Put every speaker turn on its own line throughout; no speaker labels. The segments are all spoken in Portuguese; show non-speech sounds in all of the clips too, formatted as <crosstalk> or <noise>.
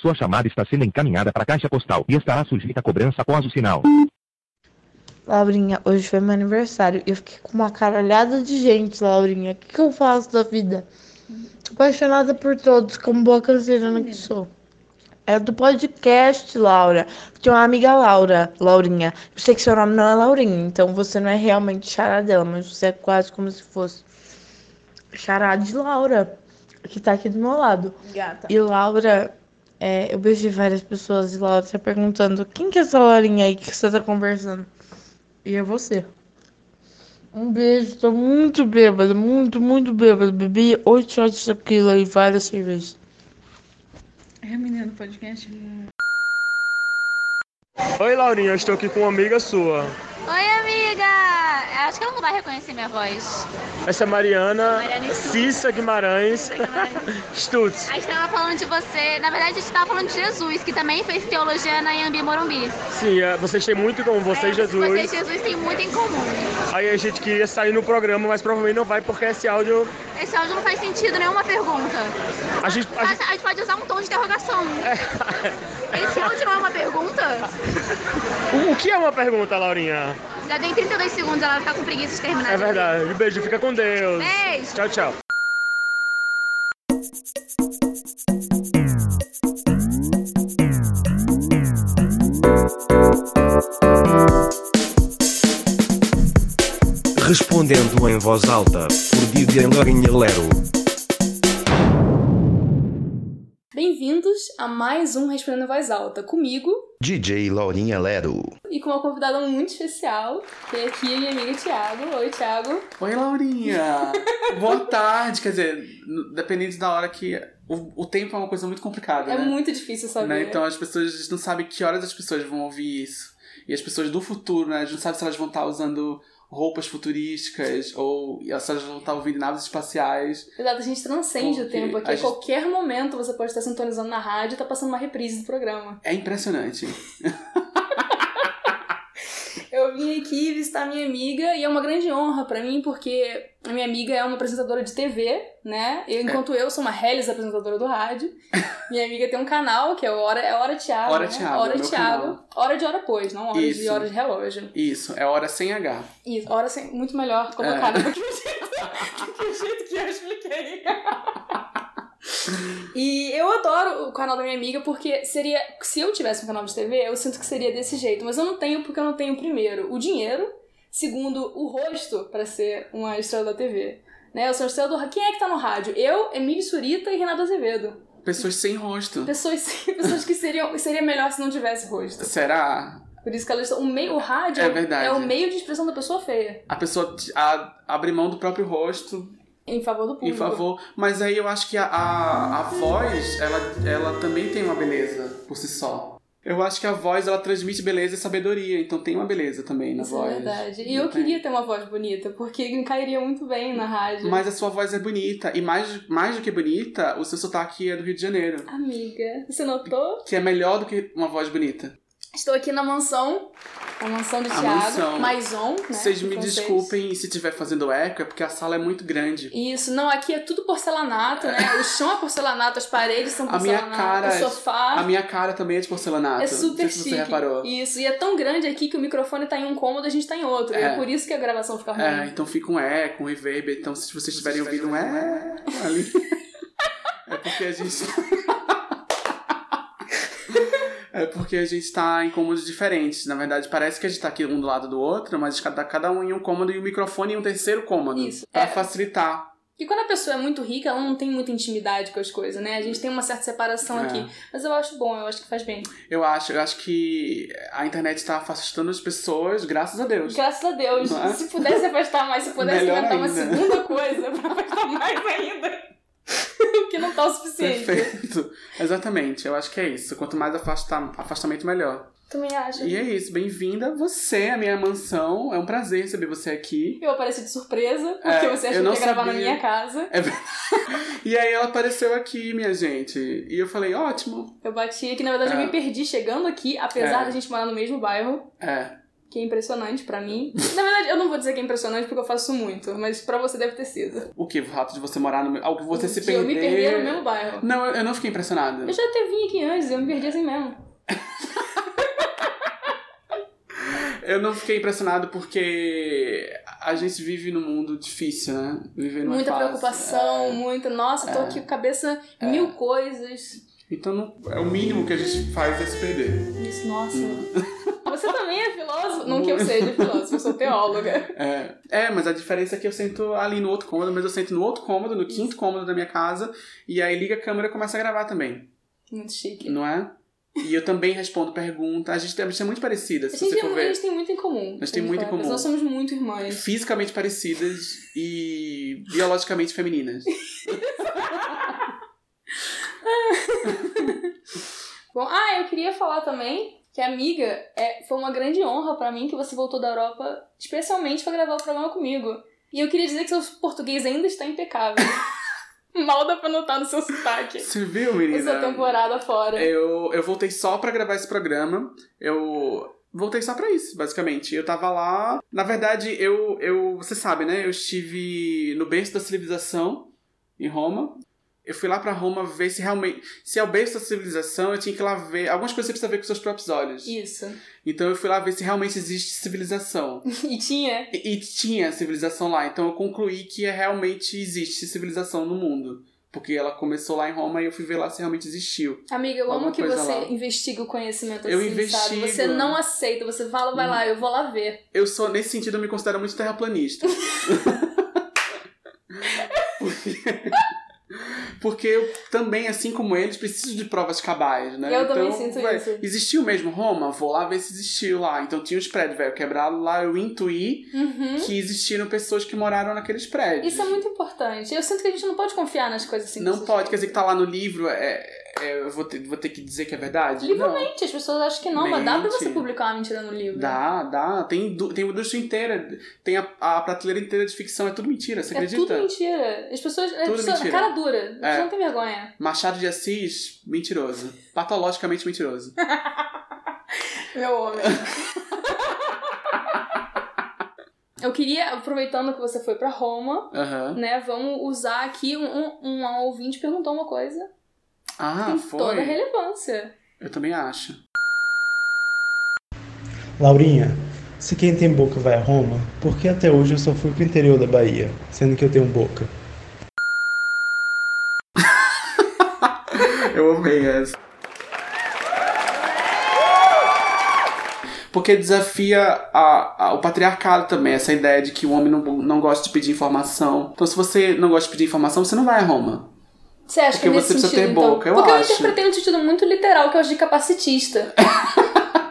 Sua chamada está sendo encaminhada para a caixa postal e estará sujeita a cobrança após o sinal.
Laurinha, hoje foi meu aniversário e eu fiquei com uma caralhada de gente, Laurinha. O que, que eu faço da vida? Tô apaixonada por todos, como boa cancerana que sou. É do podcast, Laura. Tem uma amiga Laura, Laurinha. Eu sei que seu nome não é Laurinha, então você não é realmente chará dela, mas você é quase como se fosse chará de Laura, que tá aqui do meu lado.
Gata.
E Laura, é, eu beijei várias pessoas e Laura tá perguntando quem que é essa Laurinha aí que você tá conversando? E é você. Um beijo, tô muito bêbada, muito, muito bêbada. Bebi oito shots de tequila e várias cervejas.
É a menina do podcast.
Oi, Laurinha, eu estou aqui com uma amiga sua.
Oi, amiga! Acho que ela não vai reconhecer minha voz.
Essa é Mariana,
Mariana Stutz.
Cissa Guimarães <laughs> Stutz.
A gente tava falando de você, na verdade a gente tava falando de Jesus, que também fez teologia na Iambi Morumbi. É,
Sim, é, vocês têm muito em comum, você e
Você e
Jesus.
Jesus tem muito em comum.
Aí a gente queria sair no programa, mas provavelmente não vai porque esse áudio.
Esse áudio não faz sentido nenhuma pergunta.
A gente. A
Mas
gente...
a gente pode usar um tom de interrogação. Esse áudio não é uma pergunta?
O que é uma pergunta, Laurinha?
Já tem 32 segundos, ela vai ficar com preguiça de terminar.
É verdade. Beijo, fica com Deus.
Beijo.
Tchau, tchau.
Respondendo em voz alta, por Didier Lorinha Lero.
Bem-vindos a mais um Respondendo em Voz Alta, comigo
DJ Laurinha Lero.
e com uma convidada muito especial, que é aqui a minha amiga Thiago. Oi, Thiago.
Oi, Laurinha!
<laughs>
Boa tarde, quer dizer, n- dependendo da hora que. O, o tempo é uma coisa muito complicada,
É
né?
muito difícil saber.
Né? Então as pessoas não sabem que horas as pessoas vão ouvir isso. E as pessoas do futuro, né? A gente não sabe se elas vão estar usando roupas futurísticas ou se elas vão estar ouvindo naves espaciais.
Exato, a gente transcende o
Porque
tempo aqui.
a
A
gente-
qualquer momento você pode estar sintonizando na rádio e tá passando uma reprise do programa.
É impressionante.
Eu vim aqui visitar minha amiga e é uma grande honra pra mim, porque a minha amiga é uma apresentadora de TV, né?
É.
Eu, enquanto eu sou uma reles apresentadora do rádio, minha amiga tem um canal que é o Hora, é Hora Thiago.
Hora
né?
Thiago, é
Hora
o meu
Thiago.
canal.
Hora de hora pois, não hora de
Isso.
hora de relógio.
Isso, é hora sem H.
Isso, hora sem, muito melhor colocada
É.
do que o jeito, do <laughs> que o jeito que eu expliquei. E eu adoro o canal da minha amiga porque seria. Se eu tivesse um canal de TV, eu sinto que seria desse jeito. Mas eu não tenho porque eu não tenho, primeiro, o dinheiro. Segundo, o rosto pra ser uma estrela da TV. Né? Eu sou a estrela do. ra- Quem é que tá no rádio? Eu, Emílio Surita e Renato Azevedo.
Pessoas sem rosto.
Pessoas, <laughs> pessoas que seriam, seria melhor se não tivesse rosto.
Será?
Por isso que elas estão. O, meio, o rádio
É verdade.
o meio de expressão da pessoa feia.
A pessoa t- a- abre mão do próprio rosto
Em favor do
Em
público.
favor. Mas aí eu acho que a, a, a voz, ela, ela também tem uma beleza por si só. Eu acho que a voz, ela transmite beleza e sabedoria. Então tem uma beleza também na
Isso
voz.
é verdade. E
Não
eu
tem?
queria ter uma voz bonita, porque <laughs> me cairia muito bem na rádio.
Mas a sua voz é bonita. E mais, mais do que bonita, o seu sotaque é do Rio de Janeiro.
Amiga, você notou?
Que é melhor do que uma voz bonita.
Né? Estou aqui na mansão. A mansão de
A
Thiago.
mansão.
Maison, né?
Vocês
em
me
francês.
desculpem se estiver fazendo eco, é porque a sala é muito grande.
Isso, não, aqui é tudo porcelanato, né? O chão é porcelanato, as paredes são
A minha
porcelanato,
cara- é
o sofá.
A minha cara também é de porcelanato.
É super
Não sei se
chique.
você reparou.
Isso, e é tão grande aqui que o microfone tá em um cômodo e a gente tá em outro. É,
É.
por isso que a gravação fica ruim.
É, então fica um eco, um reverb. Então, se vocês tiverem ouvido um é ali. <laughs> É porque a gente. tá- <laughs> É porque a gente tá em cômodos diferentes. Na verdade, parece que a gente tá aqui um do lado do outro, mas cada, cada um em um cômodo e o microfone em um terceiro cômodo.
Isso.
Pra
É.
facilitar.
E quando a pessoa é muito rica, ela não tem muita intimidade com as coisas, né? A gente tem uma certa separação
É.
aqui. Mas eu acho bom, eu acho que faz bem.
Eu acho, eu acho que a internet tá afastando as pessoas, graças a Deus.
Graças a Deus.
Não é?
Se pudesse afastar mais, se pudesse
Melhor
inventar uma
ainda.
segunda coisa pra afastar mais ainda. <laughs> O que não tá o suficiente.
Perfeito. Exatamente, eu acho que é isso. Quanto mais afasta, afastamento, melhor.
Também acho.
E é isso, bem-vinda você à minha mansão. É um prazer receber você aqui.
Eu apareci de surpresa, porque
É,
você achou
eu
que
não
ia gravar na
sabia.
minha casa.
E aí ela apareceu aqui, minha gente. E eu falei, ótimo.
Eu bati aqui, na verdade eu
É.
me perdi chegando aqui, apesar
É.
da gente morar no mesmo bairro.
É.
que é impressionante pra mim. Na verdade, eu não vou dizer que é impressionante porque eu faço muito, mas pra você deve ter sido.
O que? O fato de você morar no meu. Algo que você se
Que
perder.
Um Eu me perder no mesmo bairro.
Não, eu, eu não fiquei impressionada.
Eu já até vim aqui antes, eu me perdi assim mesmo.
Eu não fiquei impressionado porque a gente vive num mundo difícil, né? Viver numa
muita
fase,
preocupação,
é.
muita. Nossa, tô aqui com a cabeça mil coisas.
Então não- é o mínimo que a gente faz é se perder.
Isso, nossa.
Hum.
<laughs> Você também é filósofo? Não que eu seja filósofo, eu sou teóloga.
É. É, mas a diferença é que eu sento ali no outro cômodo, mas eu sento no outro cômodo, no quinto cômodo da minha casa, e aí liga a câmera e começa a gravar também,
Muito chique.
não é? E eu também respondo perguntas. A gente, tem- a gente é muito parecida,
A
se
gente,
você
é,
for
muito- a
ver.
gente tem muito em comum.
Nós tem muito em comum.
Nós somos muito irmãs.
Fisicamente parecidas e biologicamente femininas.
Bom, ah, eu queria falar também que, amiga, é, foi uma grande honra pra mim que você voltou da Europa especialmente pra gravar o programa comigo. E eu queria dizer que seu português ainda está impecável. <laughs> Mal dá pra notar no seu sotaque.
Você viu, menina?
Essa temporada fora.
É. Eu, eu voltei só pra gravar esse programa. Eu voltei só pra isso, basicamente. Eu tava lá. Na verdade, eu, eu você sabe, né? Eu estive no berço da civilização em Roma. Eu fui lá pra Roma ver se realmente, se é o berço da civilização, eu tinha que ir lá ver. Algumas coisas você precisa ver com seus próprios olhos.
Isso.
Então eu fui lá ver se realmente existe civilização.
E tinha.
E, e tinha civilização lá, então eu concluí que é, realmente existe civilização no mundo. Porque ela começou lá em Roma e eu fui ver lá se realmente existiu.
Amiga, eu
Alguma
amo que
coisa
você
lá.
investiga o conhecimento
Eu
assim, sabe?
investigo.
Você não aceita, você fala, vai lá, eu vou lá ver.
Eu sou, nesse sentido, eu me considero
<laughs>
muito terraplanista. porque, porque eu também, assim como eles, preciso de provas cabais, né?
Eu
então,
também sinto
vai,
isso.
Existiu mesmo Roma? Vou lá ver se existiu lá. Então tinha os prédios, velho, quebrado lá, eu intuí
Uhum.
que existiram pessoas que moraram naqueles prédios.
Isso é muito importante. Eu sinto que a gente não pode confiar nas coisas assim.
Não
que
pode, quer dizer que tá lá no livro, é, é, eu vou ter, vou ter que dizer que é verdade? Não.
Livre-mente, as pessoas acham que não, mas dá pra
Mente.
você publicar uma mentira no livro.
Dá, dá. Tem, du- tem uma indústria inteira, tem a, a prateleira inteira de ficção, é tudo mentira, você
É
acredita?
tudo mentira. As pessoas. as
Tudo
pessoas-
mentira.
Cara dura. As pessoas
É.
não têm vergonha.
Machado de Assis, mentiroso. Patologicamente mentiroso.
Meu homem. <laughs> Eu queria, aproveitando que você foi pra Roma,
Aham.
né? Vamos usar aqui um, um, um ouvinte perguntou uma coisa que
Ah,
tem toda a
foi?
relevância.
Eu também acho.
Laurinha, se quem tem boca vai a Roma, por que é até hoje eu só fui pro interior da Bahia, sendo que eu tenho boca?
Eu amei essa. Porque desafia a, a- o patriarcado também, essa ideia de que o homem não, não gosta de pedir informação. Então, se você não gosta de pedir informação, você não vai a Roma.
Você acha
Porque
que nesse
É você precisa
sentido,
ter
então?
boca, eu
Porque
acho.
eu interpretei no sentido muito literal, que eu acho de
<laughs>
capacitista.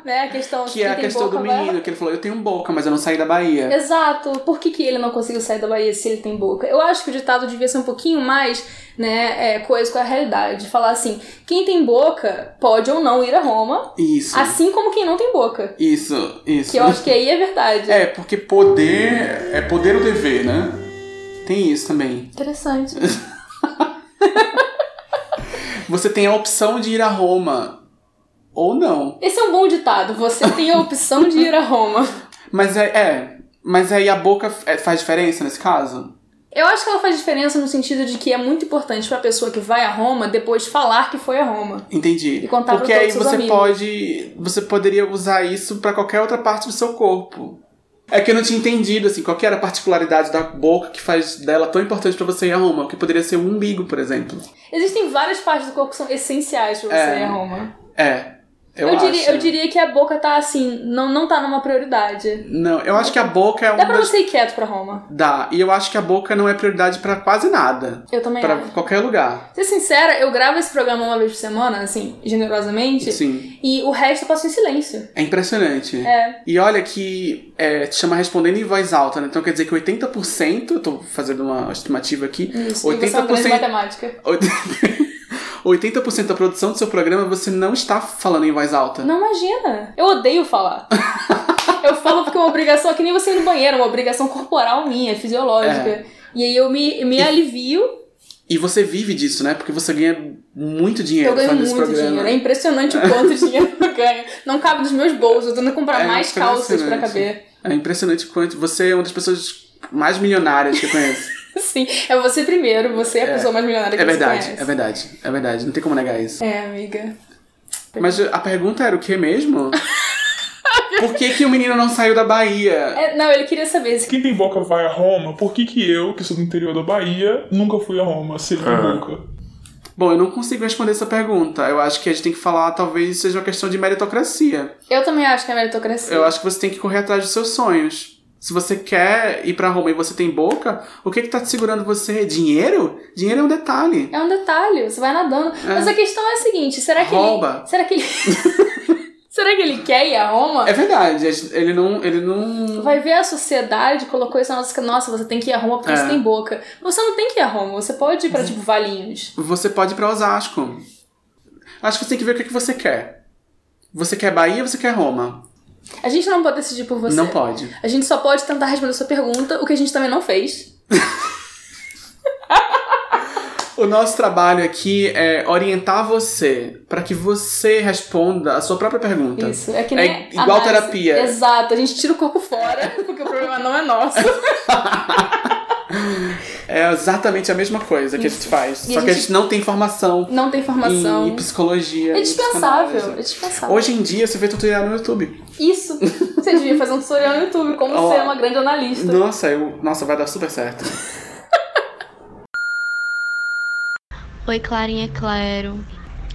né? A questão de
Que é a
tem
questão
boca,
do
vai-
menino, que ele falou, eu tenho boca, mas eu não saí da Bahia.
Exato. Por que, que ele não conseguiu sair da Bahia se ele tem boca? Eu acho que o ditado devia ser um pouquinho mais, né, é, coisa com a realidade. Falar assim, quem tem boca pode ou não ir a Roma,
Isso.
assim como quem não tem boca.
Isso, isso.
Que eu acho que aí é verdade.
É, porque poder é poder ou dever, né? Tem isso também.
Interessante.
Você tem a opção de ir a Roma ou não.
Esse é um bom ditado. Você tem a opção de ir a Roma.
Mas é, é mas aí a boca f- é, faz diferença nesse caso?
Eu acho que ela faz diferença no sentido de que é muito importante pra pessoa que vai a Roma depois falar que foi a Roma.
Entendi.
E contar pra
porque
todos
aí
seus
você
amigos.
pode, você poderia usar isso pra qualquer outra parte do seu corpo. É que eu não tinha entendido assim, qual que era a particularidade da boca que faz dela tão importante pra você ir a Roma, que poderia ser o umbigo, por exemplo.
Existem várias partes do corpo que são essenciais pra você
É.
ir a Roma.
É. Eu,
diria,
acho.
eu diria que a boca tá assim, não, não tá numa prioridade.
Não, eu acho que a boca é uma
Dá pra
das
você ir quieto pra Roma.
Dá, e eu acho que a boca não é prioridade pra quase nada.
Eu também
Pra
acho.
qualquer lugar.
Ser sincera, eu gravo esse programa uma vez por semana, assim, generosamente,
Sim.
e o resto eu passo em silêncio.
É impressionante.
É.
E olha que é, te chama respondendo em voz alta, né? Então quer dizer que 80%, eu tô fazendo uma estimativa aqui.
Isso. E você é uma grande
80%.
matemática.
80% da produção do seu programa você não está falando em voz alta.
Não imagina. Eu odeio
<laughs>
falar. eu falo porque é uma obrigação, que nem você ir
É.
no banheiro, é uma obrigação corporal minha, fisiológica. E aí eu me, me alivio
E você vive disso, né? Porque você ganha muito dinheiro
Eu ganho
fazendo esse
muito
programa.
dinheiro. É impressionante o quanto dinheiro eu ganho. Não cabe nos meus bolsos. Eu tô tentando comprar
É
mais calças pra
impressionante.
caber.
É impressionante quanto. Você é uma das pessoas mais milionárias que eu conheço.
Sim, é você primeiro. Você é a
É.
pessoa mais milionária que
é verdade,
você
é
conhece.
verdade, é verdade. Não tem como negar isso.
É, amiga. É
Mas a pergunta era o que mesmo?
<laughs>
Por que, que o menino não saiu da Bahia?
É, não, ele queria saber se
Quem tem boca vai a Roma, por que, que eu, que sou do interior da Bahia, nunca fui a Roma, se ele tem
Ah.
boca?
Bom, eu não consigo responder essa pergunta. Eu acho que a gente tem que falar, talvez seja uma questão de meritocracia.
Eu também acho que é meritocracia.
Eu acho que você tem que correr atrás dos seus sonhos. Se você quer ir pra Roma e você tem boca, o que que tá te segurando você? Dinheiro? Dinheiro é um detalhe.
É um detalhe, você vai nadando.
É.
Mas a questão é a seguinte, será que
Rouba.
ele... Será
<laughs>
que ele... <laughs> será que ele quer ir a Roma?
É verdade, ele não. Ele não...
Vai ver a sociedade colocou isso na nossa... Nossa, você tem que ir a Roma porque
É. Uhum.
você tem boca. Você não tem que ir a Roma, você pode ir pra, tipo, Valinhos.
Você pode ir pra Osasco. Acho que você tem que ver o que, que você quer. Você quer Bahia ou você quer Roma?
A gente não pode decidir por você.
Não pode.
A gente só pode tentar responder a sua pergunta, o que a gente também não fez.
O nosso trabalho aqui é orientar você pra que você responda a sua própria pergunta.
Isso, é que nem
É igual
análise.
terapia.
Exato, a gente tira o corpo fora,
<laughs>
porque o problema não é nosso.
É exatamente a mesma coisa que a gente faz.
E
só
a
que a
gente-
gente não tem formação
Não tem formação.
em psicologia.
É
em
dispensável, é
psicanálise.
dispensável.
Hoje em dia você vê tutorial no YouTube.
Isso. Você devia fazer um tutorial no YouTube, como
<laughs> Ó.
ser uma grande analista.
Nossa, eu. Nossa, vai dar super certo.
Oi, Clarinha Claro.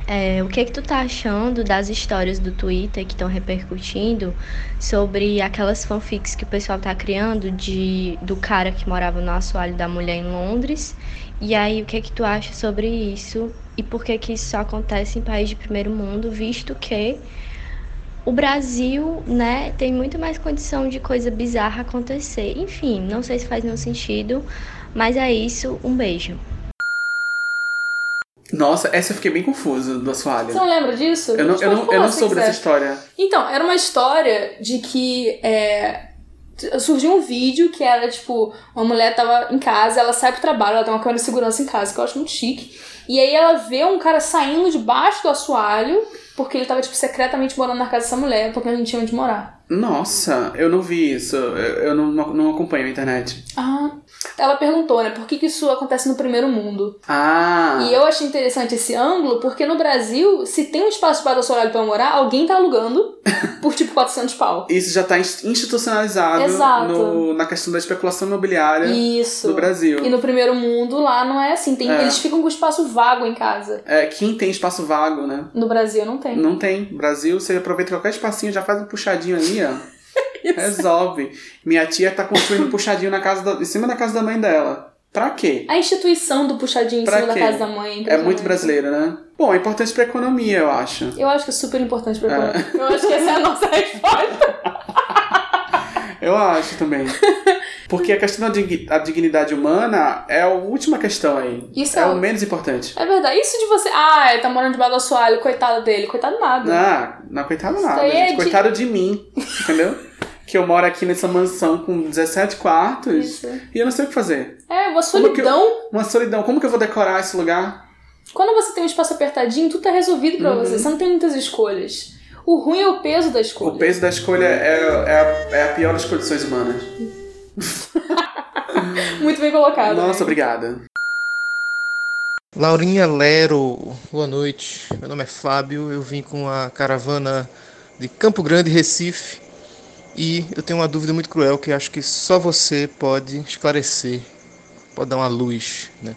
É, o que que tu tá achando das histórias do Twitter que estão repercutindo sobre aquelas fanfics que o pessoal tá criando de do cara que morava no assoalho da mulher em Londres? E aí, o que que tu acha sobre isso? E por que que isso só acontece em países de primeiro mundo, visto que o Brasil, né, tem muito mais condição de coisa bizarra acontecer. Enfim, não sei se faz nenhum sentido, mas é isso. Um beijo.
Nossa, essa eu fiquei bem confusa do assoalho.
Você não lembra disso? Tipo,
Eu não, eu não, eu não soube dessa história.
Então, era uma história de que é, t- surgiu um vídeo que era tipo: uma mulher tava em casa, ela sai pro trabalho, ela tem uma câmera de segurança em casa, que eu acho muito chique. E aí ela vê um cara saindo debaixo do assoalho, porque ele tava, tipo, secretamente morando na casa dessa mulher, porque ele não tinha onde morar.
Nossa, eu não vi isso. Eu, eu não, não acompanho a internet.
Ah. Ela perguntou, né, por que, que isso acontece no primeiro mundo?
Ah.
E eu achei interessante esse ângulo, porque no Brasil, se tem um espaço para solar pra morar, alguém tá alugando por tipo 400 <laughs> pau.
Isso já tá inst- institucionalizado
Exato.
no- na questão da especulação imobiliária
Isso.
do Brasil.
E É, no primeiro mundo lá não é assim, tem,
É.
eles ficam com espaço vago em casa.
É, quem tem espaço vago, né?
No Brasil não tem.
Não tem. Brasil, você aproveita qualquer espacinho, já faz um puxadinho ali, ó. Resolve. Minha tia tá construindo um puxadinho na casa da- em cima da casa da mãe dela. Pra quê?
A instituição do puxadinho em
Pra
cima
quê?
da casa da mãe.
É
impressionante.
muito brasileiro, né? Bom, é importante pra economia, eu acho.
Eu acho que é super importante pra
É.
economia. Eu acho que essa é a nossa <laughs> resposta.
Eu acho também. Porque a questão da dig- a dignidade humana é a última questão aí.
Isso
é,
é
o
o-
menos importante.
É verdade. Isso de você. Ah, tá morando debaixo do assoalho, coitado dele. Coitado nada.
Ah, não, coitado
Isso
nada,
aí é
gente.
de-
Coitado de mim, entendeu? que eu moro aqui nessa mansão com 17 quartos
Isso.
e eu não sei o que fazer.
É, uma
Como que eu-
solidão.
Uma solidão. Como que eu vou decorar esse lugar?
Quando você tem um espaço apertadinho, tudo tá resolvido pra
Uhum.
você. Você não tem muitas escolhas. O ruim é o peso da escolha.
O peso da escolha é, é, a, é a pior das condições humanas.
Muito bem colocado.
Nossa, obrigada.
Laurinha Lero, boa noite. Meu nome é Fábio, eu vim com a caravana de Campo Grande, Recife, e eu tenho uma dúvida muito cruel que acho que só você pode esclarecer, pode dar uma luz, né?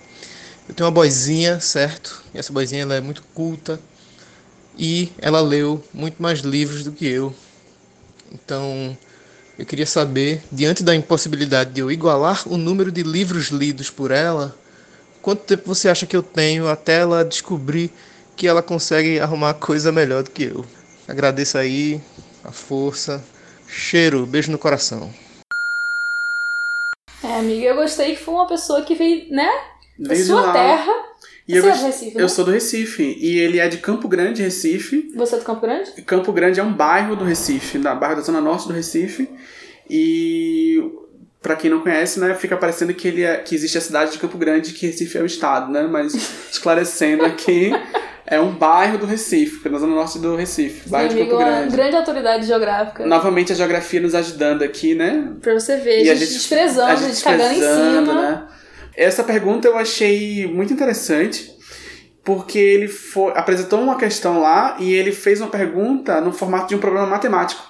Eu tenho uma boizinha, certo? E essa boizinha ela é muito culta e ela leu muito mais livros do que eu. Então, eu queria saber, diante da impossibilidade de eu igualar o número de livros lidos por ela, Quanto tempo você acha que eu tenho até ela descobrir que ela consegue arrumar coisa melhor do que eu? Agradeço aí a força. Cheiro, beijo no coração.
É, amiga, eu gostei que foi uma pessoa que veio, né? Da
Veio de
sua
lá.
terra.
E eu,
você é
gost-
do Recife, né?
eu sou do Recife e ele é de Campo Grande, Recife.
Você é do Campo Grande?
Campo Grande é um bairro do Recife, na bairro da zona norte do Recife. E Pra quem não conhece, né, fica parecendo que, ele é- que existe a cidade de Campo Grande, que Recife é o estado, né?
<laughs>
Mas esclarecendo aqui, é um bairro do Recife, fica na zona norte do Recife, bairro de
Meu
Campo
amigo, é uma
Grande.
grande autoridade geográfica.
Novamente a geografia nos ajudando aqui, né?
Pra você ver,
E
a gente desprezando, a gente, tá cagando em
desprezando,
cima.
né? Essa pergunta eu achei muito interessante, porque ele foi, apresentou uma questão lá e ele fez uma pergunta no formato de um problema matemático.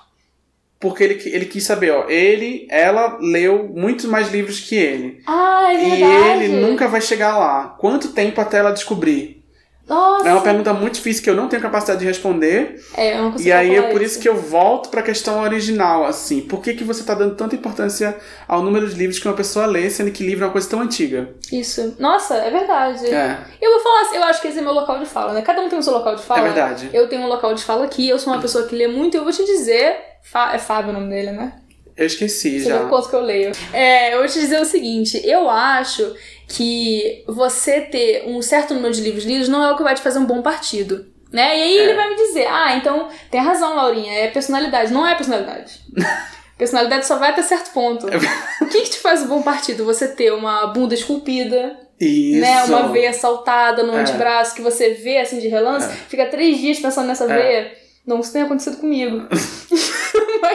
Porque ele, ele quis saber, ó, ele, ela leu muitos mais livros que ele.
Ah, é
e
verdade.
ele nunca vai chegar lá. Quanto tempo até ela descobrir?
Nossa!
É uma pergunta muito difícil que eu não tenho capacidade de responder.
É, eu não consigo
E aí é
calcular
por isso que eu volto pra questão original, assim. Por que, que você tá dando tanta importância ao número de livros que uma pessoa lê, sendo que livro é uma coisa tão antiga?
Isso. Nossa, é verdade.
É.
Eu vou falar assim, eu acho que esse é meu local de fala, né? Cada um tem o seu local de fala.
É verdade.
Eu tenho um local de fala aqui, eu sou uma pessoa que lê muito, eu vou te dizer. Fá- é Fábio o nome dele, né?
Eu esqueci
Você
já.
vê o quanto que eu leio. É, eu vou te dizer o seguinte: eu acho que você ter um certo número de livros lidos não é o que vai te fazer um bom partido. Né? E
É.
aí ele vai me dizer: ah, então tem razão, Laurinha, é personalidade. Não é
<laughs>
personalidade. personalidade só vai até certo ponto.
É
o que, que te faz um bom partido? Você ter uma bunda esculpida.
Isso.
Né, uma veia saltada no
É.
antebraço que você vê assim de relance, fica três dias pensando nessa
É.
veia. Não, isso tem acontecido comigo.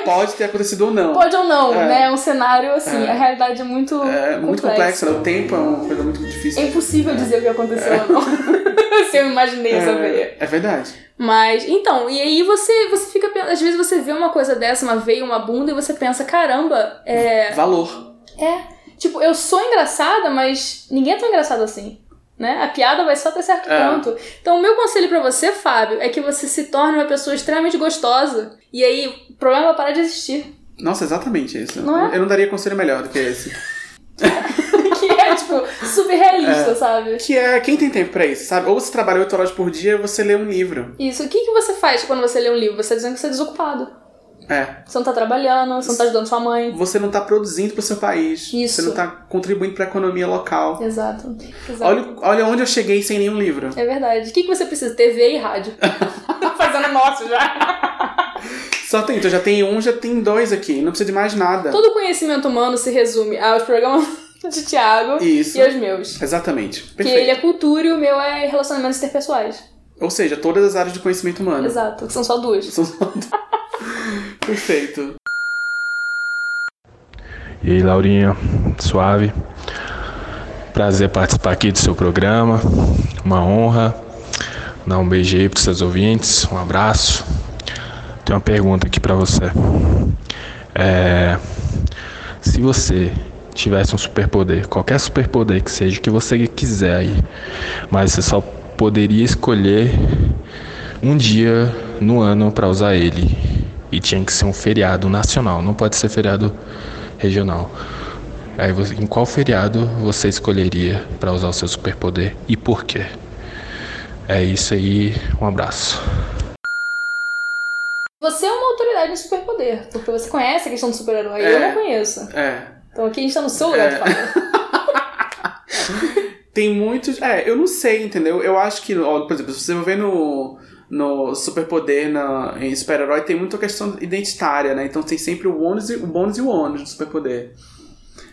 Pode ter acontecido ou não.
Pode ou não,
É.
né? É um cenário assim,
É.
a realidade é muito.
É muito
complexa.
complexo, né? O tempo é uma coisa muito difícil.
É impossível dizer o que aconteceu ou não. <laughs> Se eu imaginei essa veia.
é, é verdade.
É. Mas, então, e aí você, você fica. pen- Às vezes você vê uma coisa dessa, uma veia, uma bunda, e você pensa, caramba, é.
Valor.
É. Tipo, eu sou engraçada, mas ninguém é tão engraçado assim. Né? A piada vai só até certo
É.
ponto. Então, o meu conselho pra você, Fábio, é que você se torne uma pessoa extremamente gostosa. E aí, o problema vai parar de existir. <laughs>
Nossa, exatamente isso.
Não é?
Eu não daria conselho melhor do que esse.
que é, tipo, <laughs> super realista,
É.
sabe?
Que é quem tem tempo pra isso, sabe? Ou você trabalha 8 horas por dia, ou você lê um livro.
Isso. O que, que você faz quando você lê um livro? Você tá dizendo que você é desocupado.
É.
Você não tá trabalhando, você não tá ajudando sua mãe.
Você não tá produzindo pro seu país.
Isso.
Você não tá contribuindo pra economia local.
Exato. Exato.
Olha, olha onde eu cheguei sem nenhum livro.
É verdade. O que, que você precisa? TV e
<laughs>
rádio. Fazendo nosso já.
Só tem, então já tem um, já tem dois aqui. Não precisa de mais nada.
Todo conhecimento humano se resume aos programas <laughs> de Thiago
Isso.
e aos meus.
Exatamente.
Que
Perfeito.
ele é cultura e o meu é relacionamentos interpessoais.
Ou seja, todas as áreas de conhecimento humano.
Exato, que são só duas.
São só <laughs> duas. Perfeito.
E aí, Laurinha, suave. Prazer participar aqui do seu programa. Uma honra. Dar um beijo aí para seus ouvintes. Um abraço. Tenho uma pergunta aqui para você. É, se você tivesse um superpoder, qualquer superpoder que seja, o que você quiser aí, mas você só poderia escolher um dia no ano para usar ele. E tinha que ser um feriado nacional, não pode ser feriado regional. Aí você- em qual feriado você escolheria para usar o seu superpoder e por quê? É isso aí, um abraço.
Você é uma autoridade no superpoder, porque você conhece a questão do super-herói. Eu
É.
não conheço.
É.
Então aqui a gente tá no seu lugar de falar.
Tem muitos. É, eu não sei, entendeu? Eu acho que, ó, por exemplo, se você for ver no, no superpoder na, em super-herói, tem muita questão identitária, né? Então tem sempre o ônus e o bônus e o ônus do superpoder.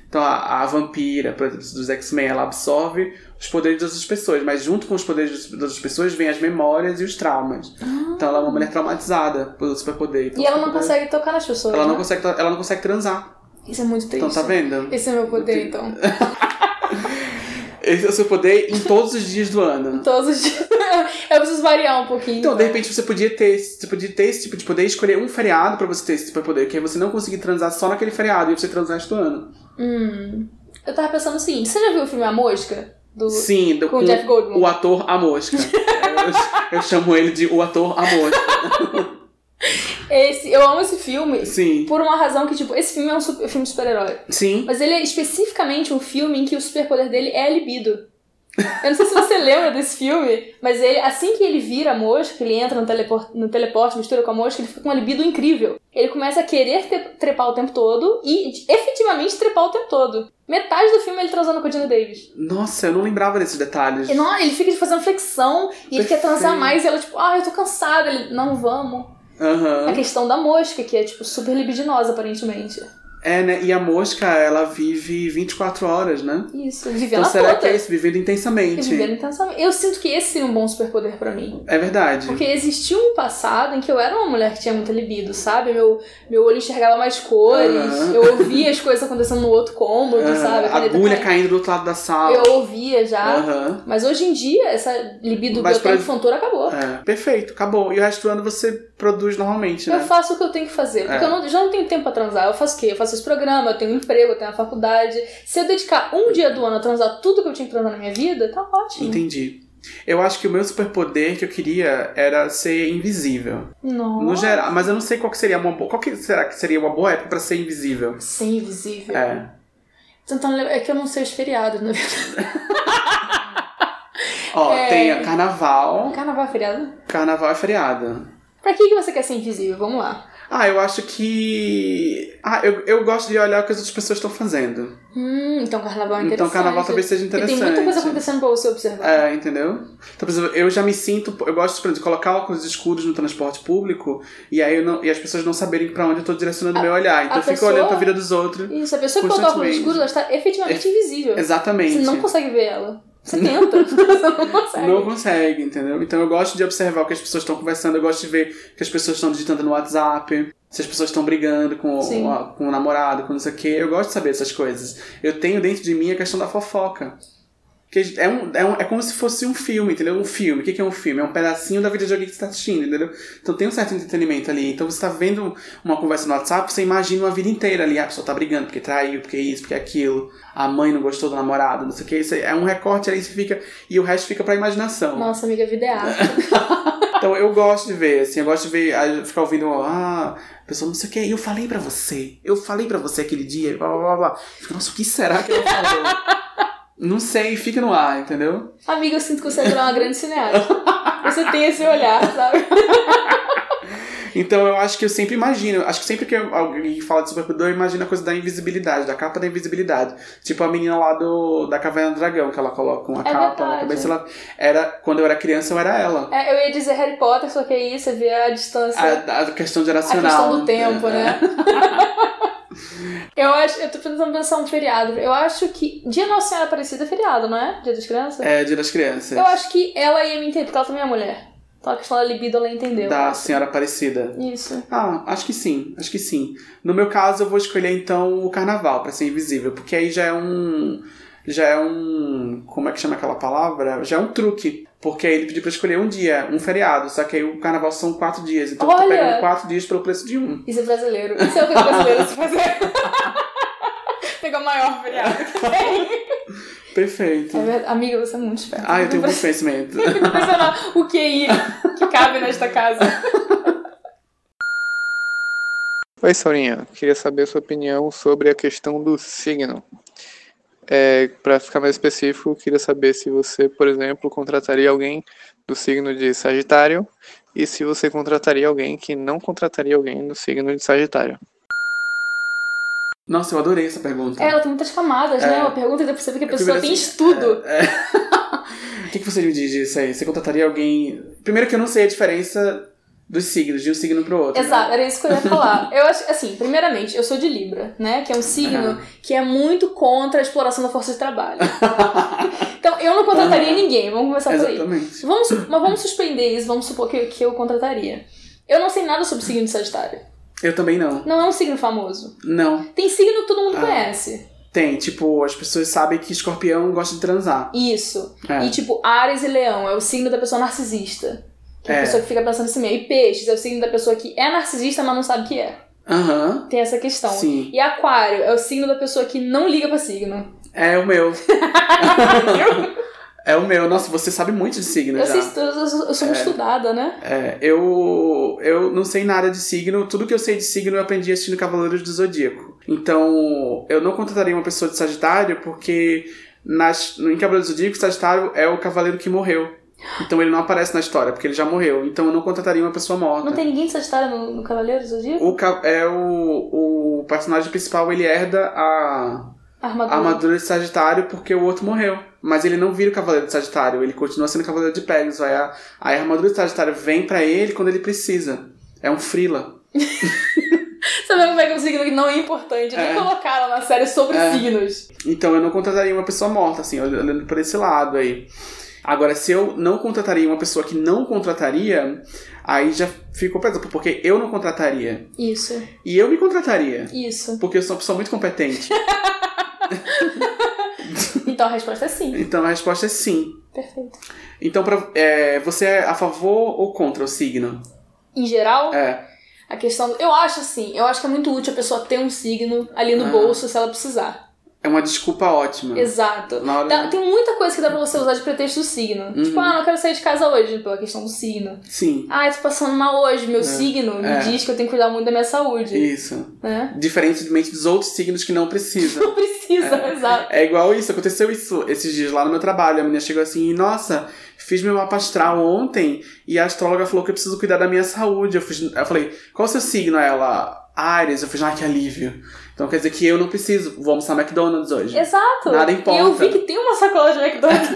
Então a, a vampira, por exemplo, dos X-Men, ela absorve os poderes das outras pessoas, mas junto com os poderes das outras pessoas vem as memórias e os traumas. Então ela é uma mulher traumatizada pelo superpoder. Então,
E ela não
superpoder-
consegue tocar nas pessoas.
Ela não
né?
consegue, ela não consegue transar.
Isso é muito triste.
Então tá vendo?
Esse é meu poder, então.
Esse é o seu poder em todos os dias do ano.
então. Todos os <laughs> dias. Eu preciso variar um pouquinho.
Então, de repente, você podia ter, esse- você podia ter esse tipo de poder, e escolher um feriado pra você ter esse superpoder, que aí você não conseguir transar só naquele feriado e você transar resto do ano.
Hum. Eu tava pensando o seguinte: você já viu o filme A Mosca? Do...
Sim, do,
com o Jeff Goldblum.
o ator
<laughs>
a mosca. eu, eu chamo ele de o ator a mosca.
Esse, eu amo esse filme.
Sim.
Por uma razão que, tipo, esse filme é um super- filme de super-herói.
Sim.
Mas ele é especificamente um filme em que o superpoder dele é a libido. Eu não sei se você <laughs> lembra desse filme, mas ele, assim que ele vira a mosca, que ele entra no teleporte, no teleporte, mistura com a mosca, ele fica com uma libido incrível. Ele começa a querer te- trepar o tempo todo e de- efetivamente trepar o tempo todo. Metade do filme é ele transando com a Gina Davis.
Nossa, eu não lembrava desses detalhes.
E não, ele fica fazendo flexão e ele quer transar
Perfeito.
mais e ela, tipo, ah, eu tô cansada. Ele, não, vamos.
Aham. Hum.
é, A questão da mosca, que é, tipo, super libidinosa, aparentemente.
É, né? E a mosca, ela vive 24 horas, né?
Isso, vivendo
Então
a
será
toda.
que é isso? Vivendo intensamente.
Vivendo intensamente. Eu sinto que esse seria um bom superpoder pra mim.
É verdade.
Porque existia um passado em que eu era uma mulher que tinha muita libido, sabe? Meu, meu olho enxergava mais cores,
Aham.
eu ouvia as coisas acontecendo no outro cômodo,
Ah,
sabe?
a
caneta
agulha
caindo.
caindo do outro lado da sala.
Eu ouvia já.
Aham.
Mas hoje em dia, essa libido
Mas
que eu tenho
pra-
com fantura acabou.
É, perfeito, acabou. E o resto do ano você produz normalmente, né?
Eu faço o que eu tenho que fazer. Porque
É.
eu não- já não tenho tempo pra transar. Eu faço o quê? Eu faço esse programa, eu tenho um emprego, eu tenho a faculdade. Se eu dedicar um dia do ano a transar tudo que eu tinha que transar na minha vida, tá ótimo.
Entendi. Eu acho que o meu superpoder que eu queria era ser invisível.
Nossa.
No geral, mas eu não sei qual que seria uma boa. Qual que será que seria uma boa época pra ser invisível?
Ser invisível.
É.
Tentando lembrar. É que eu não sei os feriados, na verdade.
Ó,
É.
tem a carnaval.
Carnaval é feriado?
Carnaval é feriado.
Pra que, que você quer ser invisível? Vamos lá.
Ah, eu acho que. Ah, eu, eu gosto de olhar o que as outras pessoas estão fazendo.
Hum, então carnaval é
Então,
interessante.
carnaval talvez seja
Porque Tem muita
interessante.
coisa acontecendo pra você observar.
É, entendeu? Então, por exemplo, eu já me sinto. Eu gosto, por exemplo, de colocar óculos escuros no transporte público e aí eu não- e as pessoas não saberem pra onde eu tô direcionando o meu olhar. Então
a
eu fico
pessoa-
olhando pra vida dos outros.
Isso, a pessoa que botou óculos
Constantemente.
escuro, ela está efetivamente
É-
invisível.
Exatamente.
Você não consegue ver ela. Você
<laughs>
tenta, <laughs> você não consegue.
Não consegue, entendeu? Então eu gosto de observar o que as pessoas estão conversando, eu gosto de ver o que as pessoas estão digitando no WhatsApp, se as pessoas estão brigando com,
Sim.
o- com o namorado, com não sei o quê. Eu gosto de saber essas coisas. Eu tenho dentro de mim a questão da fofoca. Que é, um, é, um- é como se fosse um filme, entendeu? Um filme. O que que é um filme? É um pedacinho da vida de alguém que você tá assistindo, entendeu? Então tem um certo entretenimento ali. Então você tá vendo uma conversa no WhatsApp, você imagina uma vida inteira ali. Ah, a pessoa tá brigando porque traiu, porque isso, porque aquilo. A mãe não gostou do namorado, não sei o que. Isso é um recorte aí, você fica... E o resto fica pra imaginação.
Nossa, amiga, a vida é arte.
Então eu gosto de ver, assim, eu gosto de ver, aí ficar ouvindo, ah, a pessoa não sei o que, eu falei pra você, eu falei pra você aquele dia, blá blá blá blá. Fica, nossa, o que será que ela falou? não sei, fica no ar, entendeu?
Amiga, eu sinto que você é uma grande cineasta. Você tem esse olhar, sabe?
Então eu acho que eu sempre imagino, acho que sempre que alguém fala de superpoder, eu imagino a coisa da invisibilidade, da capa da invisibilidade. Tipo a menina lá do, da Caverna do Dragão, que ela coloca uma
É
capa na
verdade.
cabeça, ela era, quando eu era criança, eu era ela.
É, eu ia dizer Harry Potter, só que aí você vê a distância.
A, a questão
a
geracional. É,
questão do tempo, né?
<laughs>
eu acho, eu tô tentando pensar um feriado. Eu acho que. Dia Nossa Senhora Aparecida é feriado, não é? Dia das Crianças?
É, Dia das Crianças.
Eu acho que ela ia me entender, porque ela também é mulher. Então a questão da libido ela entendeu.
Da Senhora Aparecida.
Isso.
Ah, acho que sim, acho que sim. No meu caso, eu vou escolher então o carnaval pra ser invisível, porque aí já é um. Já é um. Como é que chama aquela palavra? Já é um truque. Porque aí ele pediu pra eu escolher um dia, um feriado, só que aí o carnaval são quatro dias, então eu tô
Olha!
pegando quatro dias pelo preço de um.
Isso é brasileiro. Isso é o que o brasileiro se fazer.
<laughs>
Pegar o maior feriado que
<laughs>
tem.
Perfeito.
É verdade. Amiga, você é muito esperta.
Ah, eu tenho muito
Impressionante <laughs>
conhecimento.
o QI que cabe nesta casa.
Oi, Saurinha. Queria saber a sua opinião sobre a questão do signo. É, para ficar mais específico, queria saber se você, por exemplo, contrataria alguém do signo de Sagitário e se você contrataria alguém que não contrataria alguém do signo de Sagitário.
Nossa, eu adorei essa pergunta.
É, ela tem muitas camadas,
É.
né? Uma pergunta e depois você vê que a
Porque
pessoa
primeiro
tem
assim,
estudo.
é, é. O que, que você me diz disso aí? Você contrataria alguém. Primeiro que eu não sei a diferença dos signos, de um signo pro outro. né?
Exato, é era isso que eu ia falar. Eu acho, assim, primeiramente, eu sou de Libra, né? Que é um signo
Aham.
que é muito contra a exploração da força de trabalho. <laughs> então, eu não contrataria
Aham.
ninguém, vamos começar por aí.
É, Exatamente.
Vamos, su- mas vamos suspender isso, vamos supor que, que eu contrataria. Eu não sei nada sobre o signo de Sagitário.
Eu também não.
Não é um signo famoso.
Não.
Tem signo que todo mundo
Ah.
conhece.
Tem, tipo, as pessoas sabem que escorpião gosta de transar.
Isso.
É.
E tipo, Ares e Leão é o signo da pessoa narcisista. Que é a
É.
pessoa que fica pensando em si mesma. E Peixes é o signo da pessoa que é narcisista, mas não sabe que é.
Aham.
Tem essa questão.
Sim.
E Aquário é o signo da pessoa que não liga pra signo.
É
<laughs>
o meu. é o meu. Nossa, você sabe muito de signo
Eu,
já.
sei, eu, eu- eu sou uma
É.
estudada, né?
É, eu, eu não sei nada de signo. Tudo que eu sei de signo eu aprendi assistindo Cavaleiros do Zodíaco. Então, eu não contrataria uma pessoa de Sagitário porque nas, em Cavaleiros do Zodíaco, Sagitário é o cavaleiro que morreu. Então ele não aparece na história, porque ele já morreu. Então eu não contrataria uma pessoa morta.
Não tem ninguém de Sagitário no, no Cavaleiros do Zodíaco?
O, ca- é o, o personagem principal, ele herda a
Armadura.
a armadura de Sagitário porque o outro morreu. Mas ele não vira o Cavaleiro de Sagitário, ele continua sendo Cavaleiro de Pegasus. Aí a, aí a armadura de Sagitário vem pra ele quando ele precisa. É um Frila.
Tá vendo como é que o signo não é importante? Nem
É.
colocaram na série sobre
É.
signos.
Então eu não contrataria uma pessoa morta, assim, olhando por esse lado aí. Agora, se eu não contrataria uma pessoa que não contrataria, aí já ficou pesado, porque eu não contrataria.
Isso.
E eu me contrataria.
Isso.
Porque eu sou uma pessoa muito competente.
Então a resposta é
<laughs>
sim.
Então a resposta é sim.
Perfeito.
Então, pra- é, você é a favor ou contra o signo?
Em geral,
É.
a questão. Eu acho assim, eu acho que é muito útil a pessoa ter um signo ali no
Ah.
bolso se ela precisar.
É uma desculpa ótima.
Exato.
Na hora-
Dá- tem muita coisa que dá pra você usar de pretexto do signo.
Uhum.
Tipo, ah, não quero sair de casa hoje, pela questão do signo.
Sim.
Ah, eu tô passando mal hoje, meu
É.
signo me
É.
diz que eu tenho que cuidar muito da minha saúde.
Isso.
Né?
Diferentemente dos outros signos que não precisam.
Não precisa, exato.
É igual isso, aconteceu isso esses dias lá no meu trabalho. A menina chegou assim, nossa, fiz meu mapa astral ontem e a astróloga falou que eu preciso cuidar da minha saúde. Eu, fiz, eu falei, qual o seu signo? Ela, Ares. Eu fiz, ah, que alívio. Então quer dizer que eu não preciso, vou almoçar McDonald's hoje.
Exato.
Nada
E eu
importa.
vi que tem uma sacola de
<laughs>
McDonald's.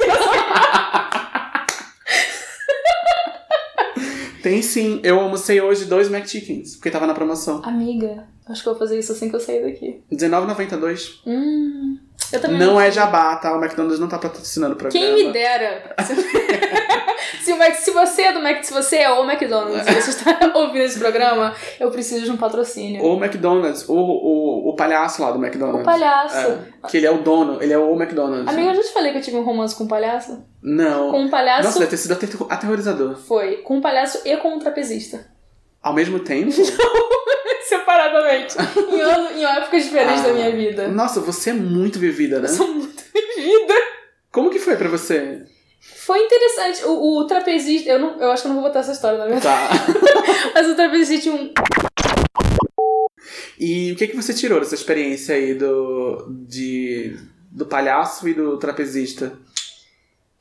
Tem sim, eu almocei hoje dois McChickens, porque tava na promoção.
Amiga, acho que eu vou fazer isso assim que eu sair daqui.
R$19,92.
Hum. Eu também
Não é
sei.
jabá, tá? O McDonald's não tá patrocinando o programa.
Quem me dera. se, <laughs> o Mac, se você é do Mac, se você é o McDonald's, e você está <laughs> ouvindo esse programa, eu preciso de um patrocínio.
Ou o McDonald's, ou o, o palhaço lá do McDonald's.
O palhaço.
É, que ele é o dono, ele é o McDonald's.
Amiga, eu já te falei que eu tive um romance com um palhaço?
Não.
Com um palhaço.
Nossa, deve ter sido aterro- aterrorizador.
Foi. Com um palhaço e com um trapezista. <laughs>
Ao mesmo tempo?
Separadamente.
<laughs>
em, ano, em épocas diferentes da minha vida.
Ah, Nossa, você é muito vivida, né?
Eu sou muito vivida.
Como que foi pra você?
Foi interessante. O, o trapezista. Eu, não, eu acho que eu não vou botar essa história, na verdade.
Tá.
Mas o trapezista tinha um.
E o que, que você tirou dessa experiência aí do. de. do palhaço e do trapezista?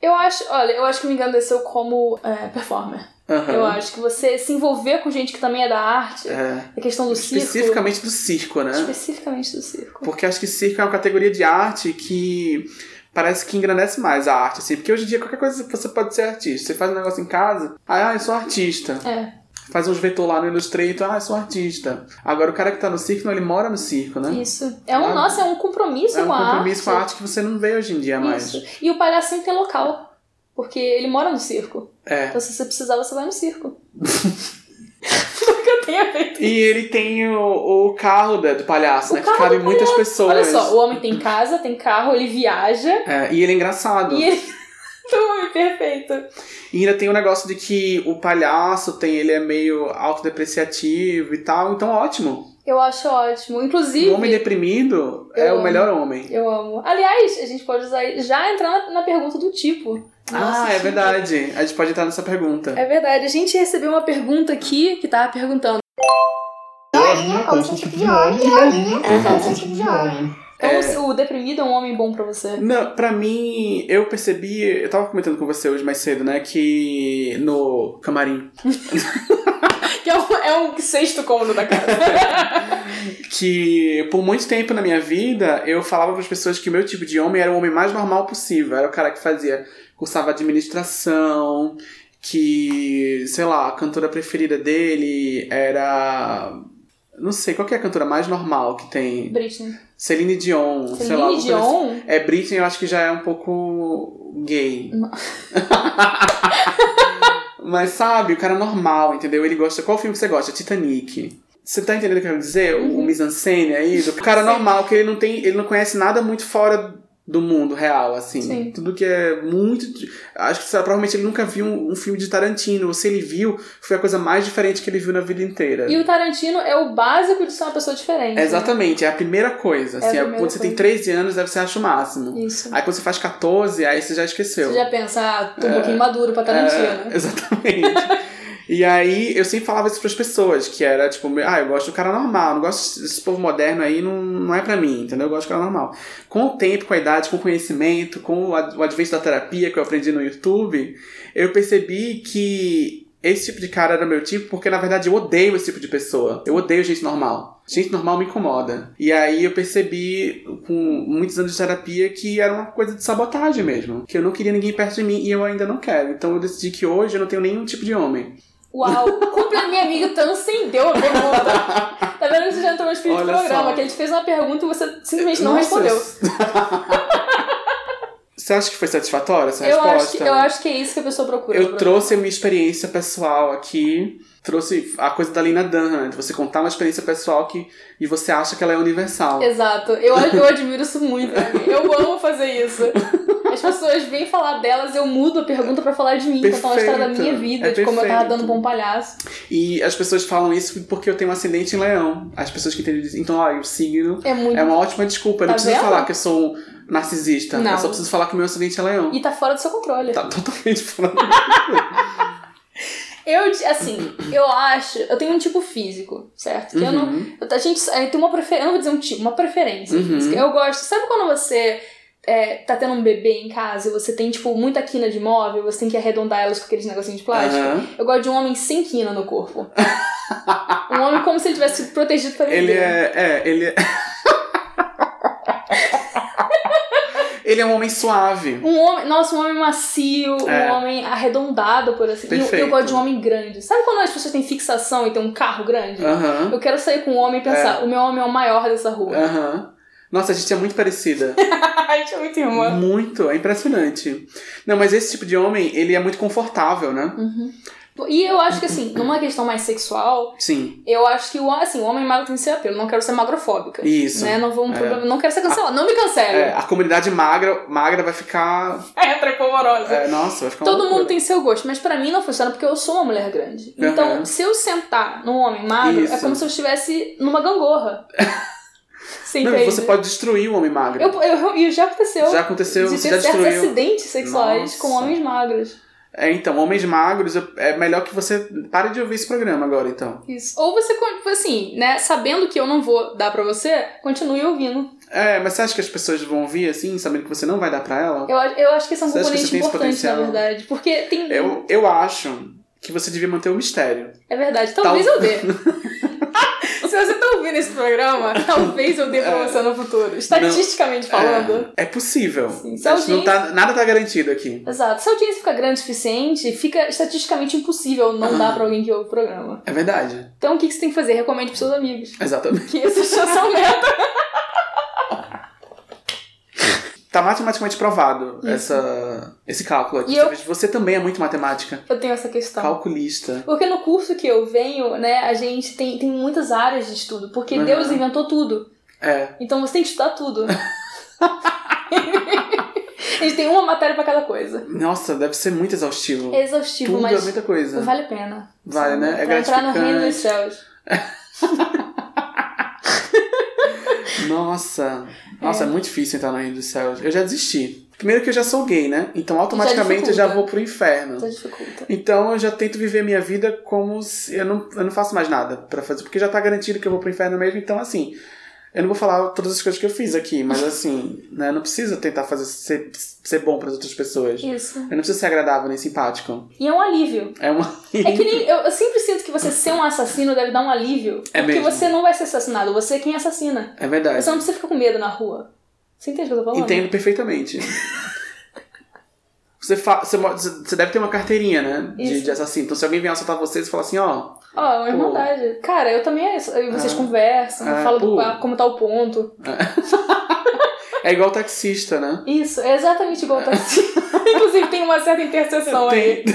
Eu acho. Olha, eu acho que me engrandeceu como é, performer.
Aham.
Eu acho que você se envolver com gente que também é da arte.
É.
A questão do
Especificamente do circo, né?
circo. Especificamente do circo.
Porque acho que circo é uma categoria de arte que parece que engrandece mais a arte, assim. Porque hoje em dia qualquer coisa você pode ser artista. Você faz um negócio em casa, ah, eu sou artista.
É.
Faz uns vetor lá no Illustrator, ah, eu sou artista. Agora o cara que tá no circo, não, ele mora no circo, né?
Isso. É um,
Ah,
nossa, é um compromisso
É um
com a arte.
compromisso com a arte que você não vê hoje em dia mais.
Isso. E o palhaço sempre tem local. Porque ele mora no circo.
É.
Então se você precisar, você vai no
<laughs>
circo.
E ele tem o, o carro da- do palhaço, né? Que cabe muitas pessoas.
Olha só, o homem tem casa, tem carro, ele viaja.
É, e ele é engraçado.
E ele. <laughs> o homem perfeito.
E ainda tem o negócio de que o palhaço tem, ele é meio autodepreciativo e tal, então ótimo.
Eu acho ótimo. Inclusive.
O Um homem deprimido é
Eu
o melhor
amo.
homem.
Eu amo. Aliás, a gente pode usar já entrar na, na pergunta do tipo. Nossa,
ah, é
tipo.
verdade. A gente pode entrar nessa pergunta.
É verdade. A gente recebeu uma pergunta aqui que tava perguntando.
Joinha, qual o seu tipo de homem? Joinha, qual o seu tipo de homem?
Então,
É.
se o deprimido é um homem bom pra você? <laughs>
Não, pra mim, eu percebi, eu tava comentando com você hoje mais cedo, né, que no camarim,
Que é um, é um sexto cômodo da
<laughs>
casa.
que por muito tempo na minha vida eu falava para as pessoas que o meu tipo de homem era o homem mais normal possível, era o cara que fazia, cursava administração, que, sei lá, a cantora preferida dele era não sei, qual que é a cantora mais normal que tem?
Britney.
Celine Dion, sei
Celine
lá. alguma coisa
Dion?
assim. É, Britney eu acho que já é um pouco gay. <laughs> Mas sabe, o cara é normal, entendeu? Ele gosta. Qual filme que você gosta? Titanic. Você tá entendendo o que eu quero dizer? O
Uhum.
mise en scène aí, do cara é normal, que ele não tem. Ele não conhece nada muito fora do mundo real, assim.
Sim.
Tudo que é muito. di- Acho que sei lá, provavelmente ele nunca viu um, um filme de Tarantino. Ou se ele viu, foi a coisa mais diferente que ele viu na vida inteira.
E o Tarantino é o básico de ser uma pessoa diferente. né?
Exatamente, é a primeira
É
coisa. Assim,
a
é
primeira
quando você tem
coisa.
13 anos, aí você acha o máximo.
Isso.
Aí quando você faz 14, aí você já esqueceu.
Você já pensa, ah, tô um
É.
pouquinho maduro pra Tarantino. né?
É, <laughs> exatamente. e aí eu sempre falava isso pras pessoas, que era tipo, ah, eu gosto do cara normal, não gosto desse povo moderno aí, não, não é pra mim, entendeu? Eu gosto do cara normal. Com o tempo, com a idade, com o conhecimento, com o ad- o advento da terapia que eu aprendi no YouTube, eu percebi que esse tipo de cara era meu tipo, porque na verdade eu odeio esse tipo de pessoa. Eu odeio gente normal. Gente normal me incomoda. E aí eu percebi, com muitos anos de terapia, que era uma coisa de sabotagem mesmo. Que eu não queria ninguém perto de mim e eu ainda não quero. Então eu decidi que hoje eu não tenho nenhum tipo de homem. <laughs>
Uau, como a minha amiga transcendeu a pergunta. Tá vendo? Agora você já entrou no espírito do
Olha
programa,
só.
que a gente fez uma pergunta e você simplesmente não
Nossa,
respondeu.
<laughs> Você acha que foi satisfatória essa
Eu
resposta?
acho, que, eu acho que é isso que a pessoa procura.
Eu trouxe a minha experiência pessoal aqui. Trouxe a coisa da Lina Dunham, né, de você contar uma experiência pessoal que, e você acha que ela é universal.
Exato. Eu, eu admiro isso muito. né? Eu amo fazer isso. As pessoas vêm falar delas, eu mudo a pergunta pra falar de mim, pra falar a história da
Perfeito.
minha vida,
É
de como eu tava
perfeito.
dando bom palhaço.
E as pessoas falam isso porque eu tenho um ascendente em leão. As pessoas que entendem dizem, então, olha, o signo
É muito-
uma ótima desculpa. Eu
Tá
não preciso
vendo?
falar que eu sou um narcisista.
Não.
Eu só preciso falar que o meu ascendente é leão.
E tá fora do seu controle.
Tá
<laughs>
totalmente falando.
Eu, assim, eu acho. Eu tenho um tipo físico, certo? Que eu não.
Uhum.
eu- A gente a gente tem uma preferência. Eu não vou dizer um tipo, uma preferência
Uhum.
física. Eu gosto. Sabe quando você é, tá tendo um bebê em casa e você tem, tipo, muita quina de móvel, você tem que arredondar elas com aqueles negocinhos de plástico?
Aham.
Eu gosto de um homem sem quina no corpo. um homem como se ele tivesse sido protegido pela
Ele
igreja.
é. É, ele é. <laughs> ele é um homem suave.
Um homem, nossa, um homem macio,
É.
um homem arredondado, por assim. E eu, eu
Perfeito.
gosto de um homem grande. Sabe quando as pessoas têm fixação e tem um carro grande?
Aham.
Eu quero sair com um homem e pensar,
É.
o meu homem é o maior dessa rua.
Aham. Nossa, a gente é
<laughs>
muito parecida.
a gente é muito irmã.
muito, é impressionante. Não, mas esse tipo de homem, ele é muito confortável, né?
Uhum. E eu acho que assim, numa questão mais sexual,
Sim.
eu acho que o assim, o homem magro tem seu apelo. Não quero ser magrofóbica.
Isso.
Né? Não vou um
É.
problema, não quero ser cancelada. Não me cancele.
É, a comunidade magra, magra
<laughs>
vai ficar.
Entra polvorosa.
É, nossa, vai ficar uma
Todo
loucura.
mundo tem seu gosto, mas pra mim não funciona porque eu sou uma mulher grande. Então,
Aham.
se eu sentar num homem magro, é
Isso.
como se eu estivesse numa
<laughs>
gangorra. Você
Não,
entende?
você pode destruir o homem magro.
Eu, eu, e já aconteceu.
Já aconteceu,
de
você
ter
já
certos
destruiu.
acidentes sexuais
Nossa.
com homens magros.
É, então, homens magros, eu- é melhor que você pare de ouvir esse programa agora, então.
Isso. Ou você, con- assim, né, sabendo que eu não vou dar pra você, continue ouvindo.
É, mas você acha que as pessoas vão ouvir assim, sabendo que você não vai dar pra ela?
Eu, a- eu acho que esse é um
Você acha que
componente
você tem esse
importante, na
potencial?
verdade. Porque tem.
Eu, eu acho que você devia manter o mistério.
É verdade, talvez eu dê. <laughs> Se você tá ouvindo esse programa,
<laughs>
talvez eu dê pra você no futuro. Estatisticamente falando.
É, é possível.
se
A gente não
alguém-
tá, nada tá garantido aqui.
Exato. Se a audiência fica grande o suficiente, fica estatisticamente impossível não dar pra alguém que ouve o programa.
É verdade.
Então o que, que você tem que fazer? Recomende pros seus amigos.
Exatamente.
Que essa chance <laughs> aumenta.
Tá matematicamente provado
Isso.
essa, esse cálculo aqui.
E eu-
Você também é muito matemática.
Eu tenho essa questão.
Calculista.
Porque no curso que eu venho, né, a gente tem, tem muitas áreas de estudo. Porque
Uhum.
Deus inventou tudo.
É.
Então você tem que estudar
<laughs>
tudo. a gente tem uma matéria pra cada coisa.
Nossa, deve ser muito exaustivo.
É exaustivo,
Tudo
mas
é muita coisa.
vale a pena.
Vale,
sabe?
né? É
pra entrar no reino dos
gratificante.
céus.
Nossa. Nossa,
É.
é. muito difícil entrar no reino dos céus. Eu já desisti. Primeiro que eu já sou gay, né? Então automaticamente eu já
dificulta.
vou pro inferno.
Então dificulta.
Então eu já tento viver minha vida como se eu não, eu não faço mais nada pra fazer, porque já tá garantido que eu vou pro inferno mesmo, então assim, eu não vou falar todas as coisas que eu fiz
<laughs>
aqui, mas assim, né, eu não preciso tentar fazer ser, ser bom pras outras pessoas.
Isso.
Eu não preciso ser agradável nem simpático.
E é um alívio.
É uma
É que
<laughs>
nem. Eu, eu sempre sinto que você ser um assassino deve dar um alívio.
É
porque
mesmo.
você não vai ser assassinado, você é quem assassina.
É verdade.
Você não precisa ficar com medo na rua. Você entende o que eu tô falando?
Entendo perfeitamente. Você, fa- você, mo- você deve ter uma carteirinha, né? De,
Isso.
de assassino. Então, se alguém vier assaltar você, você fala assim: ó,
Ó, é uma
Pô.
irmandade. Cara, eu também é isso. Aí vocês
Ah.
conversam,
Ah,
falam do,
pô.
ah, como tá o ponto.
é igual taxista, né?
Isso, é exatamente igual tá
<laughs>
Inclusive tem uma certa interseção aí.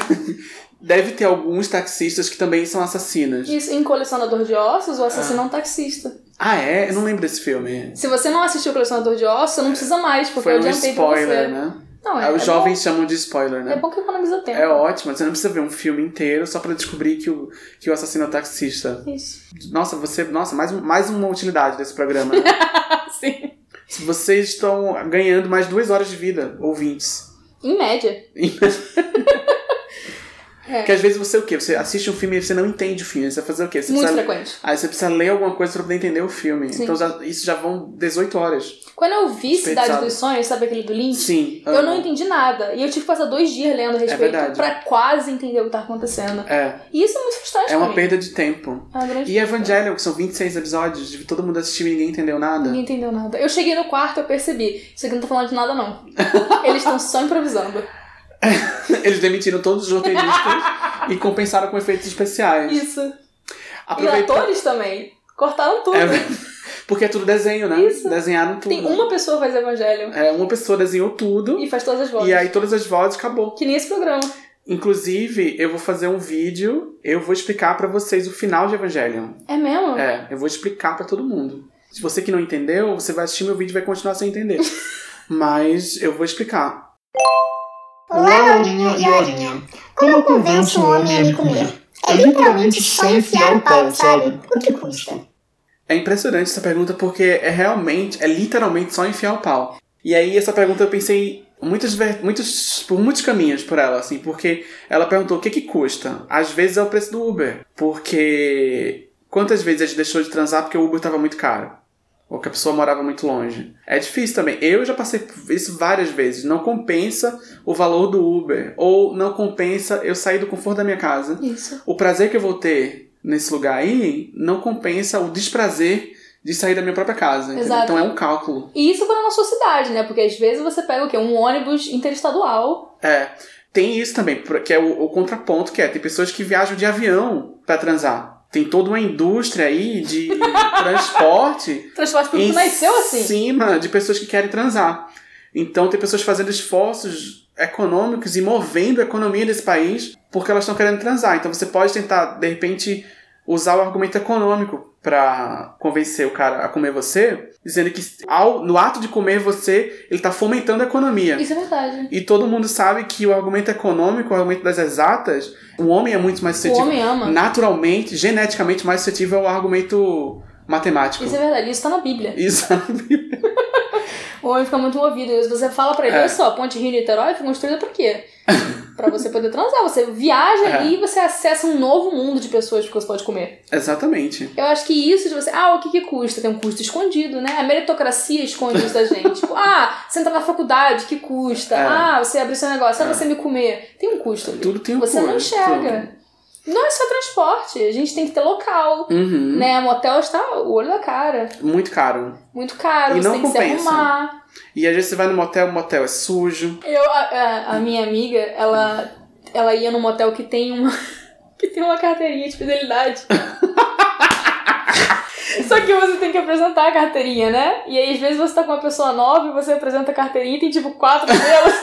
Deve ter alguns taxistas que também são assassinos.
Isso, em Colecionador de Ossos, o assassino é um taxista.
Ah, é? Eu não lembro desse filme.
Se você não assistiu Colecionador de Ossos, você não precisa mais, É, porque
Foi
eu
um
adiantei pra você.
spoiler, né?
Não, é,
Aí
é
Os jovens chamam de spoiler,
bom,
né?
é bom que economiza tempo.
É ótimo, você não precisa ver um filme inteiro só pra descobrir que o, que o assassino é o taxista.
Isso.
<laughs> Nossa, você. Nossa, mais, um- mais uma utilidade desse programa. Né?
<laughs> Sim.
Se Vocês estão ganhando mais duas horas de vida, ouvintes.
Em média. É.
Porque às vezes você o quê? Você assiste um filme e você não entende o filme. Você vai fazer o quê? Você
Muito
precisa-
frequente.
Aí você precisa ler alguma coisa pra poder entender o filme.
Sim.
Então já- isso já vão 18 horas.
Quando eu vi Cidade
Desperdiçado.
dos Sonhos, sabe aquele do Lynch?
Sim. É
Eu não entendi nada. E eu tive que passar dois dias lendo a respeito
verdade.
pra quase entender o que tá acontecendo.
É.
E isso é muito frustrante
É
pra
uma
mim.
perda de tempo.
É uma grande
E Evangelion, que são 26 episódios, de todo mundo assistiu e ninguém entendeu nada.
Ninguém entendeu nada. Eu cheguei no quarto eu percebi. Isso aqui não tá falando de nada,
<laughs>
não. Eles estão só improvisando.
<laughs> Eles demitiram todos os roteiristas e compensaram com efeitos especiais.
Isso.
Aproveita-
E atores também. Cortaram tudo.
Porque é <laughs> tudo desenho, né? Desenharam tudo.
Tem uma pessoa que faz evangelho.
É, uma pessoa desenhou tudo.
E faz todas as vozes.
E aí todas as vozes acabou.
Que nem esse programa.
Inclusive, eu vou fazer um vídeo, eu vou explicar pra vocês o final de Evangelion.
É mesmo?
É, eu vou explicar pra todo mundo. Se você que não entendeu, você vai assistir meu vídeo e vai continuar sem entender. Mas eu vou explicar.
Olá, Laurinha e Aurinha. Como eu convenço um homem a me comer? É literalmente só enfiar o pau, sabe? O que custa?
É impressionante essa pergunta porque é realmente, é literalmente só enfiar o pau. E aí essa pergunta eu pensei muitas, ver- muitos, por muitos caminhos por ela, assim, porque ela perguntou o que que custa. Às vezes é o preço do Uber, porque quantas vezes a gente deixou de transar porque o Uber tava muito caro? Ou que a pessoa morava muito longe. É difícil também. Eu já passei por isso várias vezes. Não compensa o valor do Uber. Ou não compensa eu sair do conforto da minha casa
Isso.
o prazer que eu vou ter nesse lugar aí não compensa o desprazer de sair da minha própria casa. entendeu?
Exato.
Então é um cálculo.
E isso quando é na sua cidade, né? Porque às vezes você pega o quê? Um ônibus interestadual.
É. Tem isso também, por- que é o, o contraponto que é. Tem pessoas que viajam de avião pra transar. Tem toda uma indústria aí de transporte
Transporte
em
público nasceu assim.
cima de pessoas que querem transar. Então tem pessoas fazendo esforços econômicos e movendo a economia desse país porque elas estão querendo transar. Então você pode tentar, de repente, usar o argumento econômico pra convencer o cara a comer você, dizendo que ao, no ato de comer você, ele tá fomentando a economia.
Isso é verdade.
E todo mundo sabe que o argumento econômico, o argumento das exatas, o homem é muito mais suscetível.
homem ama.
Naturalmente, geneticamente mais suscetível ao argumento matemático.
Isso é verdade, isso tá na Bíblia.
Exato.
O homem fica muito movido. E Você fala pra ele,
É.
olha só, a ponte Rio-Niterói foi construída pra quê? <laughs> pra você poder transar. Você viaja
É.
e você acessa um novo mundo de pessoas que você pode comer.
Exatamente.
Eu acho que isso de você... Ah, o que que custa? Tem um custo escondido, né? A meritocracia esconde isso da gente. tipo, ah, você entrar na faculdade, que custa?
É.
Ah, você abrir seu negócio, ah,
É.
você me comer. Tem um custo ali.
Tudo tem um
Você não
custo.
enxerga. Não é só transporte. A gente tem que ter local.
Uhum.
Né? Motel está o olho da cara.
Muito caro.
Muito caro,
E
você
não
tem que se
compensa.
arrumar.
E às vezes você vai no motel, o motel é sujo.
Eu, a, a- a minha amiga, ela, ela ia num motel que tem uma. <laughs> que tem uma carteirinha de
<laughs>
fidelidade. Só que você tem que apresentar a carteirinha, né? E aí, às vezes, você tá com uma pessoa nova e você apresenta a carteirinha e tem tipo quatro
<laughs>
estrelas.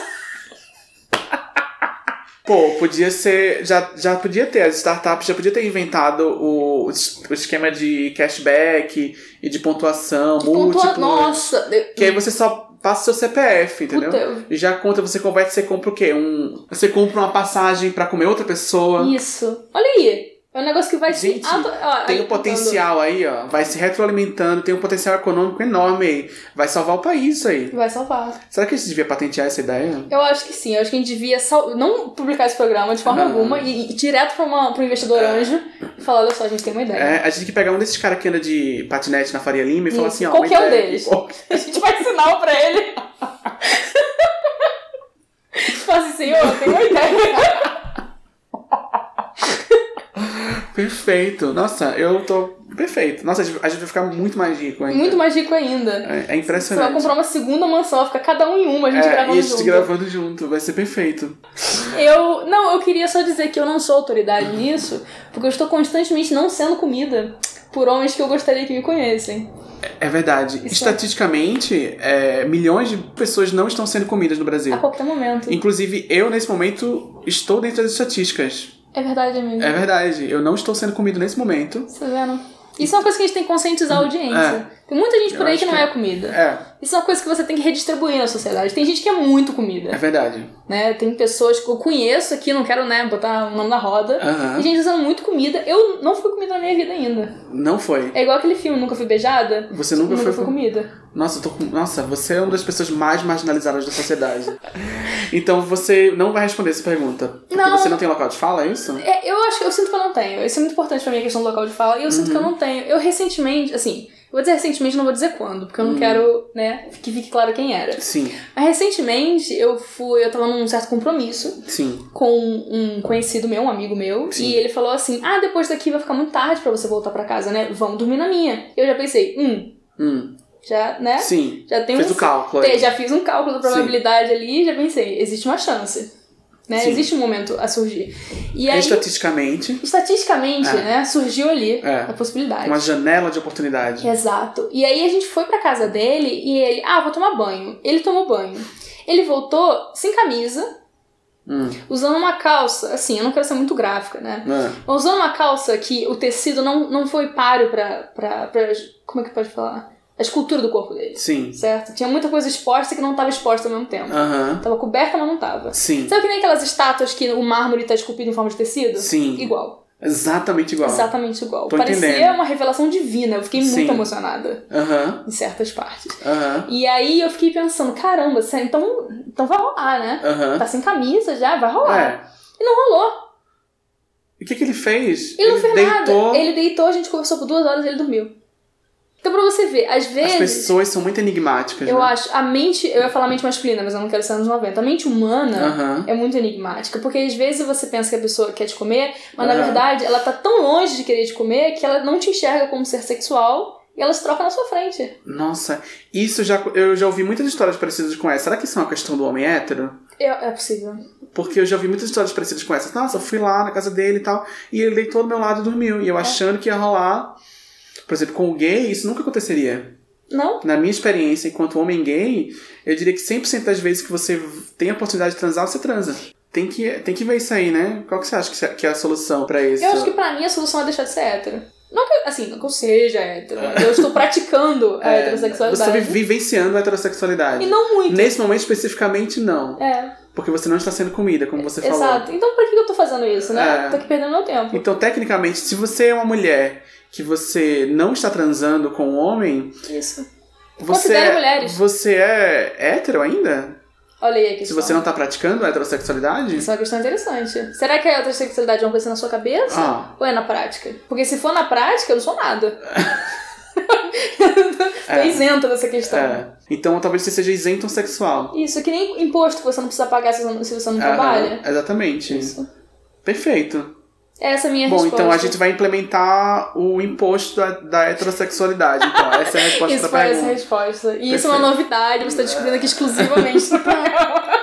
Pô, podia ser. Já, já podia ter, as startups já podia ter inventado o, o es- o esquema de cashback e de pontuação,
Pontua,
múltiplos.
nossa! eu-
né? Que aí você só passa seu CPF, entendeu?
Puta, eu-
E já conta, você converte, você compra o quê? Um, você compra uma passagem pra comer outra pessoa.
Isso. Olha aí! É um negócio que vai
Gente,
te. auto- ó,
Tem
aí,
um potencial aí, ó. Vai se retroalimentando, tem um potencial econômico enorme aí. Vai salvar o país isso aí.
contando. Vai salvar.
Será que a gente devia patentear essa ideia?
Eu acho que sim, eu acho que a gente devia sal- não publicar esse programa de forma
Ah.
alguma e, e direto pra uma, pro investidor anjo e falar: olha só, a gente tem uma ideia.
É, a gente tem que pegar um desses caras que anda de patinete na Faria Lima e falar assim, ó. uma
Qualquer um
ideia-
deles.
Qual-
<laughs> A gente vai sinal pra ele. Fala assim, senhor, eu
<laughs>
tenho uma ideia.
Perfeito. Nossa, eu tô. Perfeito. Nossa, a gente a gente vai ficar muito mais rico ainda.
Muito mais rico ainda.
É, é
Você vai
impressionante.
comprar uma segunda mansão, fica cada um em uma, a gente
É, e
gravando
a gente
junto.
gravando junto, vai ser perfeito.
Eu. Não, eu queria só dizer que eu não sou autoridade nisso, porque eu estou constantemente não sendo comida por homens que eu gostaria que me conhecem.
É verdade. Estatisticamente, é, milhões de pessoas não estão sendo comidas no Brasil.
A qualquer momento.
Inclusive, eu nesse momento estou dentro das estatísticas.
É verdade, amigo.
É verdade, eu não estou sendo comido nesse momento.
Tá vendo? Isso é uma coisa que a gente tem que conscientizar a audiência. Tem muita gente
Eu
por aí
acho
que não
que-
é comida.
É,
Isso é uma coisa que você tem que redistribuir na sociedade. Tem gente que é muito comida.
é verdade.
né? Tem pessoas que eu conheço aqui, não quero, né, botar o nome na roda.
Aham.
Tem gente usando muito comida. Eu não fui comida na minha vida ainda.
Não foi.
É igual aquele filme, Nunca Fui Beijada.
Você nunca foi
fui
com-
comida.
Nossa, eu tô com... Nossa, você é uma das pessoas mais marginalizadas da sociedade. <laughs> então você não vai responder essa pergunta. Porque
Não.
você não tem local de fala, é isso?
É, eu acho que eu sinto que eu não tenho. Isso é muito importante pra mim, a questão do local de fala. E eu sinto que
Uhum.
eu não tenho. Eu recentemente, assim, eu vou dizer recentemente, não vou dizer quando, porque eu não
Hum.
quero, né, que fique claro quem era.
Sim,
Mas recentemente eu fui, eu tava num certo compromisso.
sim.
com um conhecido meu, um amigo meu, e ele falou assim: "Ah, depois daqui vai ficar muito tarde pra você voltar pra casa, né? Vamos dormir na minha". Eu já pensei: "Hum,
Hum,
já, né?
Sim.
Já tem
Fez
um
o cálculo aí.
Tem, já fiz um cálculo da
Sim.
probabilidade ali e já pensei, existe uma chance. Né?
Sim.
Existe um momento a surgir. E aí,
Estatisticamente,
estatisticamente,
É.
né, surgiu ali
É.
a possibilidade.
uma janela de oportunidade.
É. Exato. E aí a gente foi pra casa dele e ele, ah, vou tomar banho. Ele tomou banho. Ele voltou sem camisa,
Hum.
usando uma calça, assim, eu não quero ser muito gráfica, né?
É.
Mas Usando uma calça que o tecido não, não foi páreo pra, pra, pra. Como é que pode falar? A escultura do corpo dele.
Sim.
Certo? Tinha muita coisa exposta que não tava exposta ao mesmo tempo.
Aham.
Tava coberta, mas não tava.
Sim.
Sabe que nem aquelas estátuas que o mármore tá esculpido em forma de tecido?
Sim.
Igual.
Exatamente igual.
Exatamente igual.
Tô
Parecia
entendendo.
uma revelação divina. Eu fiquei
Sim.
muito emocionada
Aham.
em certas partes.
Aham.
E aí eu fiquei pensando, caramba, sério, então, então vai rolar, né?
Aham.
Tá sem camisa já, vai rolar.
É.
E não rolou.
E o que, que ele fez?
Ele, não fez
deitou.
nada. Ele deitou, a gente conversou por duas horas e ele dormiu. Então pra você ver, às
As
vezes...
pessoas são muito enigmáticas.
Eu
né?
acho, a mente, eu ia falar mente masculina, mas eu não quero ser anos 90. A mente humana
Aham.
é muito enigmática, porque às vezes você pensa que a pessoa quer te comer, mas na
Aham.
verdade ela tá tão longe de querer te comer que ela não te enxerga como ser sexual e ela se troca na sua frente.
Nossa, isso já eu já ouvi muitas histórias parecidas com essa. Será que isso é uma questão do homem hétero?
Eu- é possível.
Porque eu já ouvi muitas histórias parecidas com essa. Nossa, eu fui lá na casa dele e tal, e ele deitou do meu lado e dormiu.
É.
E eu achando que ia rolar. Por exemplo, com o gay, isso nunca aconteceria.
Não?
Na minha experiência, enquanto homem gay, eu diria que 100% das vezes que você tem a oportunidade de transar, você transa. Tem que, tem que ver isso aí, né? Qual que você acha que se- que é a solução pra isso?
Eu acho que pra mim a solução é deixar de ser hétero. Não que, assim, não que eu seja hétero, mas eu estou praticando a
<laughs> É,
heterossexualidade.
Você tá vi- vivenciando a heterossexualidade.
E não muito.
Nesse momento especificamente, não.
É,
Porque você não está sendo comida, como você falou.
exato. Então pra que eu tô fazendo isso, né?
É.
Tô aqui perdendo meu tempo.
Então, tecnicamente, se você é uma mulher que você não está transando com um homem,
Isso.
você,
Considere mulheres.
você é hétero ainda?
Olha aí a
Se
questão.
você não tá- está praticando a heterossexualidade?
Isso é uma questão interessante. Será que a heterossexualidade é uma coisa na sua cabeça?
Ah.
Ou é na prática? Porque se for na prática, eu não sou
<laughs>
nada. tô
É.
isenta dessa questão.
É. Então talvez você seja isento sexual.
Isso, que nem imposto que você não precisa pagar se você não- se você não
Aham,
trabalha.
É, Exatamente. Perfeito.
Essa é a minha
Bom,
resposta.
então a gente vai implementar o imposto da, da heterossexualidade. Então, essa é a resposta
Isso
da
foi essa
pergunta.
a resposta. E isso é uma
Perfeito.
novidade, você tá descobrindo aqui exclusivamente no programa.
<laughs>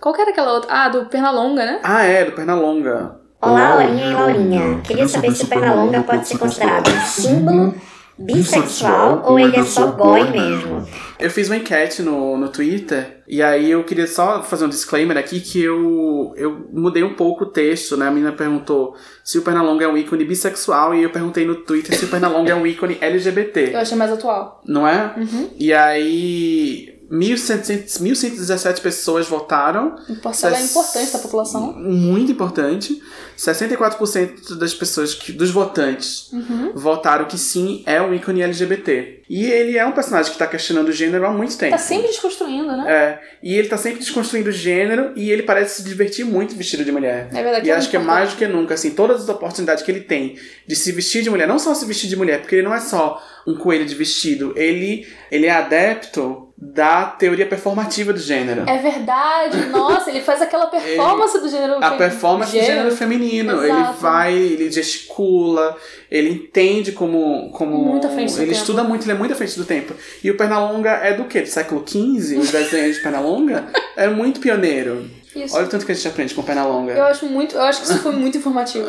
Qual que era aquela outra? Ah, do Pernalonga, né?
Ah, é, do Pernalonga.
Olá, Laurinha e Laurinha. Queria saber se o Pernalonga pode ser considerado um símbolo bissexual ou ele é só boy mesmo.
Eu fiz uma enquete no, no Twitter, e aí eu queria só fazer um disclaimer aqui que eu, eu mudei um pouco o texto, né? A menina perguntou se o Pernalonga é um ícone bissexual, e eu perguntei no Twitter se o Pernalonga é um ícone LGBT.
Eu achei mais atual.
Não é?
Uhum.
E aí, 1.100 1.117 pessoas votaram.
Importa- Ela é importante da população.
Muito importante. 64% das pessoas, que, dos votantes,
Uhum.
votaram que sim, é um ícone LGBT. E ele é um personagem que tá questionando o gênero há muito tempo.
Tá sempre desconstruindo, né?
É, e ele tá sempre desconstruindo o gênero e ele parece se divertir muito vestido de mulher.
É verdade,
E
é
acho
muito
que é
importante.
mais do que nunca, assim, todas as oportunidades que ele tem de se vestir de mulher, não só se vestir de mulher, porque ele não é só um coelho de vestido, ele, ele é adepto da teoria performativa do gênero.
É verdade, nossa, ele faz
<laughs>
aquela performance do gênero
A performance do gênero feminino. Ele
Exato.
vai, ele gesticula, ele entende como. como
Muito à frente do
ele
tempo.
estuda muito, ele é muito à frente do tempo. E o Pernalonga é do quê? Do século XV? Os desenhos de Pernalonga?
<laughs>
É muito pioneiro.
Isso.
Olha o tanto que a gente aprende com o Pernalonga.
Eu acho muito, eu acho que isso foi muito
<laughs>
informativo.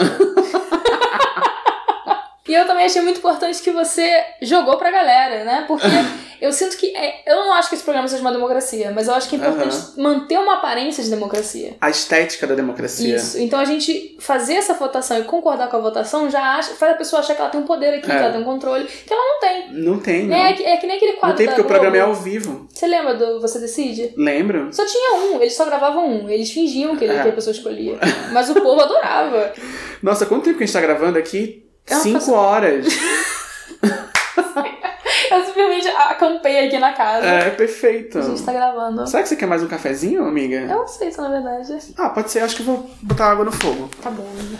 E eu também achei muito importante que você jogou pra galera, né? Porque eu sinto que. é- eu não acho que esse programa seja uma democracia, mas eu acho que é importante
Aham.
manter uma aparência de democracia.
A estética da democracia.
Isso. Então a gente fazer essa votação e concordar com a votação já acha, faz a pessoa achar que ela tem um poder aqui,
É.
que ela tem um controle, que ela não tem.
Não tem, não.
É, que- é que nem aquele quadro
não tem
da
porque o programa é
Globo.
ao vivo.
Você lembra do Você Decide?
Lembro?
Só tinha um, eles só gravavam um. Eles fingiam que, ele,
É.
que a pessoa escolhia. Mas o povo adorava.
Nossa, quanto tempo que a gente tá gravando aqui?
Eu não
Cinco
faço-
horas.
Eu simplesmente acampei aqui na casa.
é, então. perfeito.
A gente tá gravando.
Será que você quer mais um cafezinho, amiga?
Eu aceito, na verdade.
Ah, pode ser. Acho que eu vou botar água no fogo.
Tá bom, amiga.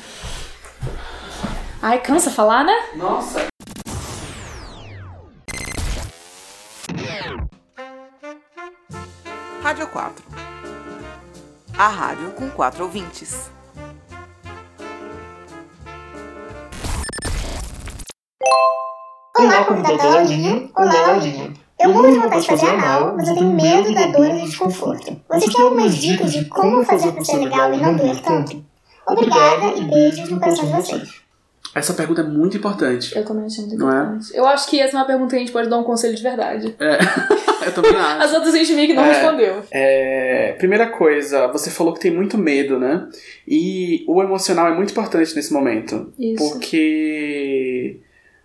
Ai, cansa falar, né?
Nossa.
Rádio 4. A rádio com quatro ouvintes.
Olá, convidada Laurinha. Olá, Laurinha. Eu morro de vontade de fazer anal, mas eu tenho medo da dor e do desconforto. Vocês têm algumas dicas de como fazer pra ser legal e não doer tanto? Obrigada e assim. beijos no coração de vocês.
Essa pergunta é muito importante.
Eu também achei muito
Não é?
importante. Eu acho que essa é uma pergunta que a gente pode dar um conselho de verdade.
É. Eu também acho.
As outras a gente meio que não
É.
respondeu.
É, primeira coisa, você falou que tem muito medo, né? E o emocional é muito importante nesse momento.
Isso.
Porque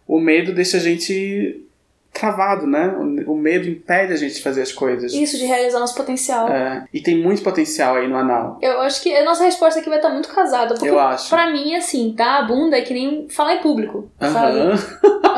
o medo deixa a gente travado, né? O, o medo impede a gente de fazer as coisas.
Isso, de realizar nosso potencial.
É, e tem muito potencial aí no anal.
Eu acho que a nossa resposta aqui vai estar muito casada. Porque
Eu acho.
pra mim, assim, dar a bunda é que nem falar em público, sabe?
Aham.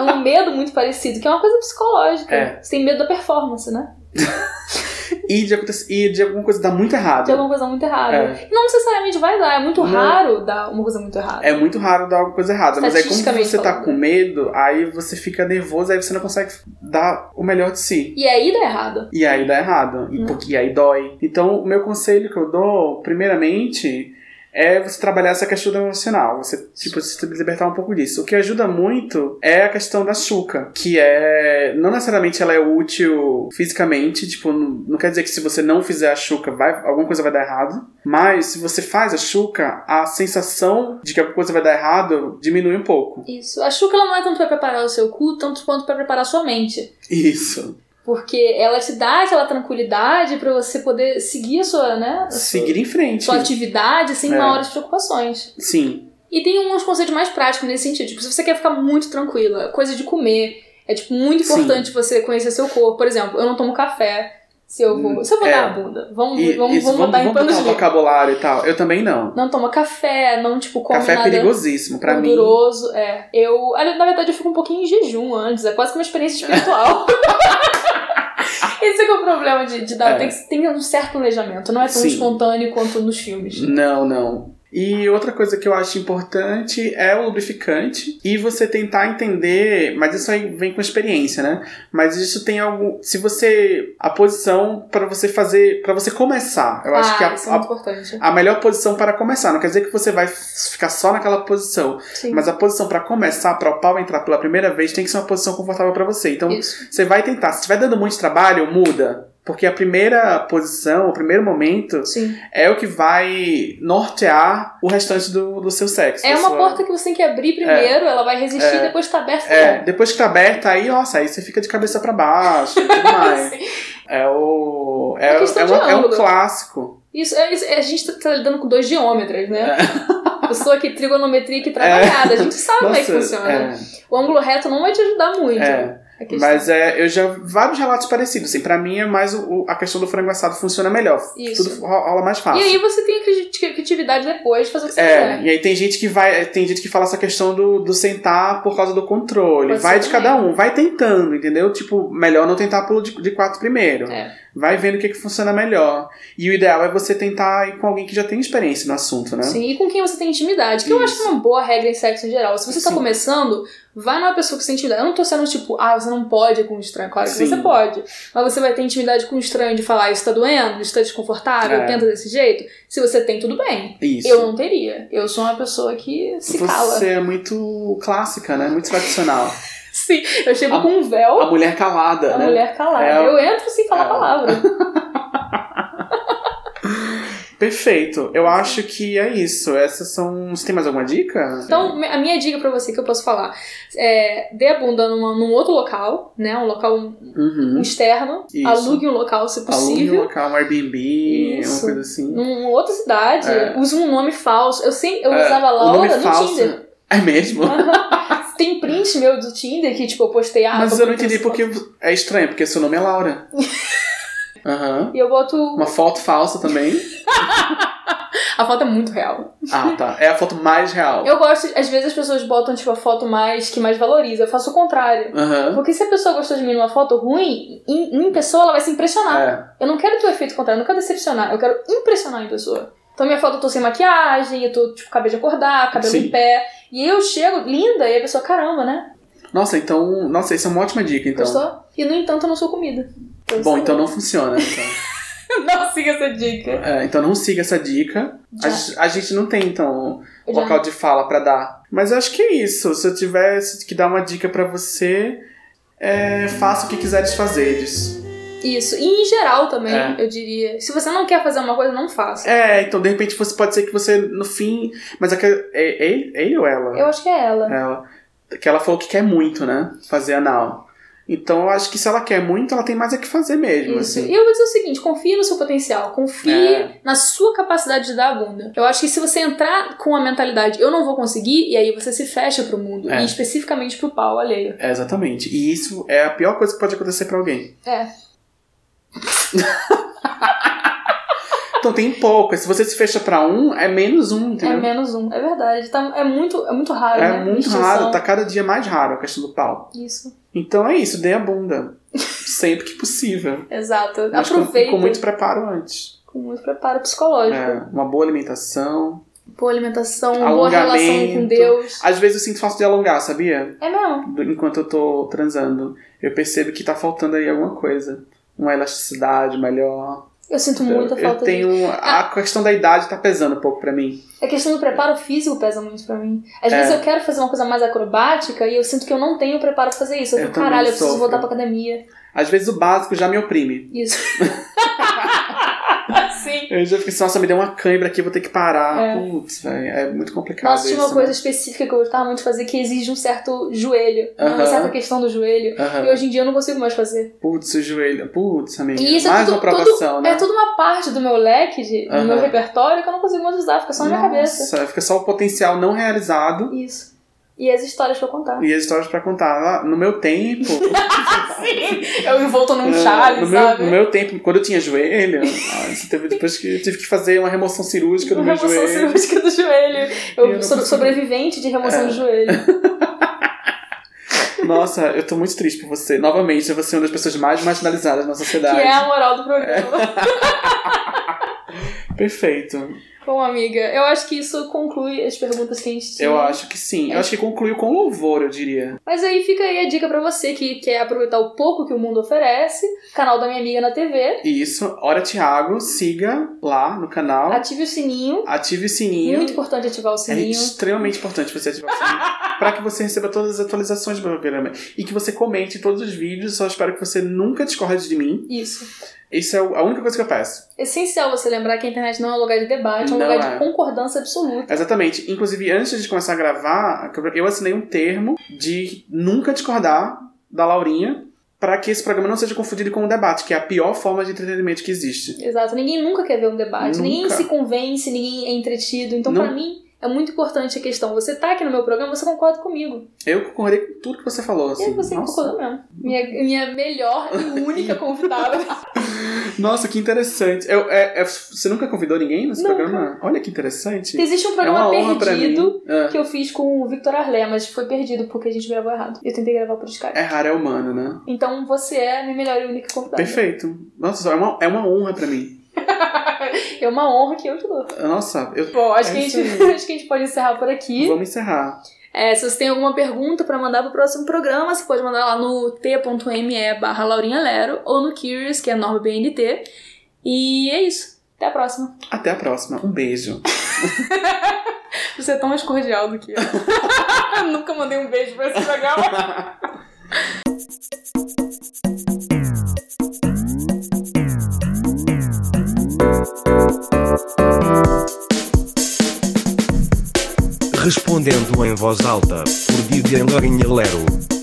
É um medo muito parecido, que é uma coisa psicológica.
É.
Você tem medo da performance, né?
<laughs> E, de, aconte- e de alguma coisa dar muito
De
errado.
alguma coisa muito errada.
É.
E Não necessariamente vai dar, é muito
Não.
raro dar uma coisa muito errada.
É muito raro dar alguma coisa errada, mas aí como
Estatisticamente
você tá
falando.
com medo, aí você fica nervoso, aí você não consegue dar o melhor de si.
E aí dá errado.
E aí dá errado. E
Hum.
porque aí dói. Então, o meu conselho que eu dou, primeiramente, é você trabalhar essa questão emocional. Você, tipo, se libertar um pouco disso. O que ajuda muito é a questão da chuca, que é. Não necessariamente ela é útil fisicamente, tipo, não, não quer dizer que se você não fizer a chuca, vai, alguma coisa vai dar errado. Mas se você faz a chuca, a sensação de que alguma coisa vai dar errado diminui um pouco.
Isso. A chuca ela não é tanto pra preparar o seu cu, tanto quanto pra preparar a sua mente.
Isso.
Porque ela te dá aquela tranquilidade pra você poder seguir a sua, né? a sua-
Seguir em frente.
Sua atividade sem
É.
maiores preocupações.
Sim.
E tem uns conselhos mais práticos nesse sentido. Tipo, se você quer ficar muito tranquila, coisa de comer. É, tipo, muito
Sim.
importante você conhecer seu corpo. Por exemplo, eu não tomo café. Se eu vou. Se eu vou
é.
dar a bunda. Vamos,
E-
vamos,
isso,
vamos botar em panos
um
limpos.
vocabulário e tal. Eu também não.
Não toma café, não, tipo, come
Café é
nada
perigosíssimo pra mim.
gorduroso. É. Eu. olha, Na verdade, eu fico um pouquinho em jejum antes. É quase que uma experiência
<laughs>
espiritual. Esse é que é o problema de, de dar.
É.
Tem, que- tem um certo planejamento. Não é tão
Sim. Hum,
espontâneo quanto nos filmes.
Não, não. E outra coisa que eu acho importante é o lubrificante e você tentar entender, mas isso aí vem com experiência, né? Mas isso tem algo, se você a posição pra você fazer, pra você começar, eu acho
Ah,
que a-
isso é
a,
muito importante.
a melhor posição para começar. Não quer dizer que você vai ficar só naquela posição,
Sim.
mas a posição para começar, para o pau entrar pela primeira vez, tem que ser uma posição confortável para você. Então,
Isso.
você vai tentar. Se estiver dando muito trabalho, muda. Porque a primeira posição, o primeiro momento, é o que vai nortear o restante do, do seu sexo.
É
da
uma
sua-
porta que você tem que abrir primeiro, ela vai resistir
É.
depois tá aberta.
É,
tá
depois que tá aberta, aí, nossa, aí você fica de cabeça para baixo
<laughs>
e tudo mais. Ah, É o. É,
É questão
é,
de
uma- é um
ângulo.
clássico.
bom. Isso, é, isso- é, a gente tá, tá lidando com dois diâmetros, né? Pessoa que trigonometria que trabalhada. A gente sabe como é que
É. Nossa,
funciona.
é.
O ângulo reto não vai te ajudar muito.
É,
A questão.
Mas é, eu já vários relatos parecidos. Assim, para mim é mais o- o- a questão do frango assado funciona melhor.
Isso.
Tudo ro- rola mais fácil.
E aí você tem a cri- cri- criatividade depois de fazer o que você
ah, é,
quiser.
e aí tem gente que vai, tem gente que fala essa questão do, do sentar por causa do controle.
Pode
vai
ser
de cada um, vai tentando, entendeu? Tipo, melhor não tentar pulo de, de quatro primeiro.
É.
Vai vendo o que, que funciona melhor. E o ideal é você tentar ir com alguém que já tem experiência no assunto, né?
Sim, e com quem você tem intimidade, que eu acho que é uma boa regra em sexo em geral. Se você tá começando, vai numa pessoa que você tem intimidade. Eu não tô sendo tipo, ah, você não pode com um estranho. Claro que
Sim.
você pode. Mas você vai ter intimidade com um estranho de falar, isso tá doendo, isso tá desconfortável,
É.
tenta desse jeito. Se você tem, tudo bem.
Isso.
Eu não teria. Eu sou uma pessoa que se cala. <laughs>
Você é muito clássica, né? Muito tradicional.
Sim, eu chego com um véu,
A mulher calada,
a
né?
mulher calada.
É,
Eu entro sem falar palavra.
Perfeito. Eu acho que é isso. Essas são. Você tem mais alguma dica?
Então, me- a minha dica pra você que eu posso falar é dê a bunda numa- num outro local, né? Um local
Uhum.
externo.
Isso.
Alugue um local, se
Alugue um
possível.
local, um Airbnb,
Isso.
uma coisa assim.
Numa outra cidade,
É.
use um nome falso. Eu sempre eu
É,
usava
o nome
Laura no
falso. <laughs>
Tinder. Ah,
É mesmo?
Tem print meu do Tinder que, tipo, eu postei ah,
Mas
tô
eu não
com-
entendi porque é estranho, porque seu nome
<laughs>
é Laura. Aham.
E eu boto.
Uma foto falsa também.
A foto é muito real.
Ah, tá. É a foto mais real.
Eu gosto, às vezes as pessoas botam, tipo, a foto mais que mais valoriza. Eu faço o contrário.
Aham.
Porque se a pessoa gostou de mim numa foto ruim, em, em pessoa ela vai se impressionar. Eu não quero ter o efeito contrário, eu não quero decepcionar, eu quero impressionar em pessoa. Então minha foto eu tô sem maquiagem, eu tô, tipo, acabei de acordar, cabelo
Sim.
em pé. E eu chego linda e a pessoa, caramba, né?
Nossa, então. Nossa, isso é uma ótima dica, então.
Gostou? E no entanto eu não sou comida. Eu
Bom,
sou-
então não funciona.
<laughs>
Então,
não siga essa dica.
É, então não siga essa dica. A,
Já.
ge- a gente não tem, então,
Eu já-
local de fala pra dar. Mas eu acho que é isso. Se eu tivesse que dar uma dica pra você, é, faça o que quiseres fazeres.
Isso. E em geral também,
É.
eu diria. Se você não quer fazer uma coisa, não faça.
É, então de repente você pode ser que você no fim. Mas é, que, é, é ele, é ele ou ela?
Eu acho que é ela.
Ela. Que ela falou que quer muito, né? Fazer anal. Então eu acho que se ela quer muito, ela tem mais é que fazer mesmo,
Isso.
assim.
E eu vou dizer o seguinte: confie no seu potencial, confie
É.
na sua capacidade de dar a bunda. Eu acho que se você entrar com a mentalidade eu não vou conseguir, e aí você se fecha pro mundo,
É.
e especificamente pro pau alheio.
É, exatamente. E isso é a pior coisa que pode acontecer pra alguém.
É.
Então tem pouco. Se você se fecha pra um, é menos um,
É
entendeu?
menos um, é verdade. Tá- é, muito, é muito raro, né?
É muito
Instrução.
raro, tá cada dia mais raro a questão do pau.
Isso,
Então é isso, dê a bunda. Sempre que possível.
exato.
Mas com,
<laughs> Aproveita.
com muito preparo antes.
com muito preparo psicológico.
É, uma boa alimentação,
Boa alimentação, boa relação
alongamento.
com Deus.
Às vezes eu sinto falta de alongar, sabia?
É mesmo.
Do- Enquanto eu tô transando. Eu percebo que tá faltando aí alguma coisa. Uma elasticidade melhor.
Eu sinto muita
eu,
falta Ah!
eu tenho...
disso.
A questão da idade tá pesando um pouco pra mim.
A questão do preparo físico pesa muito pra mim. Às
É.
vezes eu quero fazer uma coisa mais acrobática e eu sinto que eu não tenho preparo pra fazer isso. Eu
Eu
fico,
também
caralho, eu preciso
sofro.
voltar pra academia.
Às vezes o básico já me oprime.
Isso.
<laughs>
Sim.
Eu já fico assim, nossa, me deu uma cãibra aqui, vou ter que parar.
É.
Putz, velho, é muito complicado
Nossa, tinha uma
isso,
coisa
né?
específica que eu gostava muito de fazer que exige um certo joelho, uma
Aham.
certa questão do joelho.
Aham.
E hoje em dia eu não consigo mais fazer.
Putz, o joelho. Putz, amiga.
E isso
Mais
é, tudo,
uma provação,
tudo-
né?
é tudo uma parte do meu leque, de, do
Aham.
meu repertório, que eu não consigo mais usar, fica só na minha cabeça.
Nossa, fica só o potencial não realizado
Isso. E as histórias pra eu contar.
e as histórias pra contar. Ah, No meu tempo.
Sim, eu envolto num
é,
chale,
no, meu,
um sabe?
no meu tempo, quando eu tinha joelho, ah, isso teve depois que eu tive que fazer uma remoção cirúrgica do
Uma
meu
remoção
joelho.
cirúrgica do joelho. Eu,
Eu não
sou
consigo.
sobrevivente de remoção
É.
do joelho.
Nossa, eu tô muito triste por você. Novamente, você é uma das pessoas mais marginalizadas na
Que
sociedade.
é a moral do programa.
Perfeito.
Bom, amiga, eu acho que isso conclui as perguntas que a gente tinha.
Eu acho que sim. Eu acho que concluiu com louvor, eu diria.
Mas aí fica aí a dica pra você que quer aproveitar o pouco que o mundo oferece. Canal da Minha Amiga na TV.
Isso. Ora, Thiago, siga lá no canal.
Ative o sininho.
Ative o sininho.
Muito importante ativar o
É
sininho.
extremamente importante você ativar o
<laughs>
sininho para que você receba todas as atualizações do programa e que você comente em todos os vídeos. Só espero que você nunca discorde de mim.
Isso.
Isso é a única coisa que eu peço.
Essencial você lembrar que a internet não é um lugar de debate, é um
Não
lugar de
é.
concordância absoluta.
Exatamente. Inclusive, antes de começar a gravar, eu assinei um termo de nunca discordar da Laurinha para que esse programa não seja confundido com um debate, que é a pior forma de entretenimento que existe.
Exato, ninguém nunca quer ver um debate,
Nunca.
ninguém se convence, ninguém é entretido. Então,
Não.
pra mim, é muito importante a questão. Você tá aqui no meu programa, você concorda comigo.
Eu concordei com tudo que você falou.
e
Assim.
aí você
Nossa.
concordou mesmo. Minha, minha melhor
<laughs>
e única convidada.
Nossa, que interessante. Eu- é- é- você nunca convidou ninguém nesse
Nunca.
programa? Olha que interessante.
Existe um
é
programa
uma honra pra
perdido
mim. É.
que eu fiz com o Victor Arlé, mas foi perdido porque a gente gravou errado. Eu tentei gravar por Skype.
É raro, é humano, né?
Então você é a minha melhor e única convidada.
Perfeito. Nossa, é uma, é uma honra pra mim.
É uma honra que eu te dou.
Nossa, eu.
Bom, acho,
é
que a
isso
gente, <laughs> acho que a gente pode encerrar por aqui.
aí. Vamos encerrar.
É, se você tem alguma pergunta pra mandar pro próximo programa, você pode mandar lá no t.me barra Laurinha Lero ou no Curious, que é norma BNT. E é isso. Até a próxima.
Até a próxima. Um beijo.
Você é tão mais cordial <laughs> do que eu. eu nunca mandei um beijo pra esse programa.
Respondendo em voz alta, por Vivian Lorinha Lero.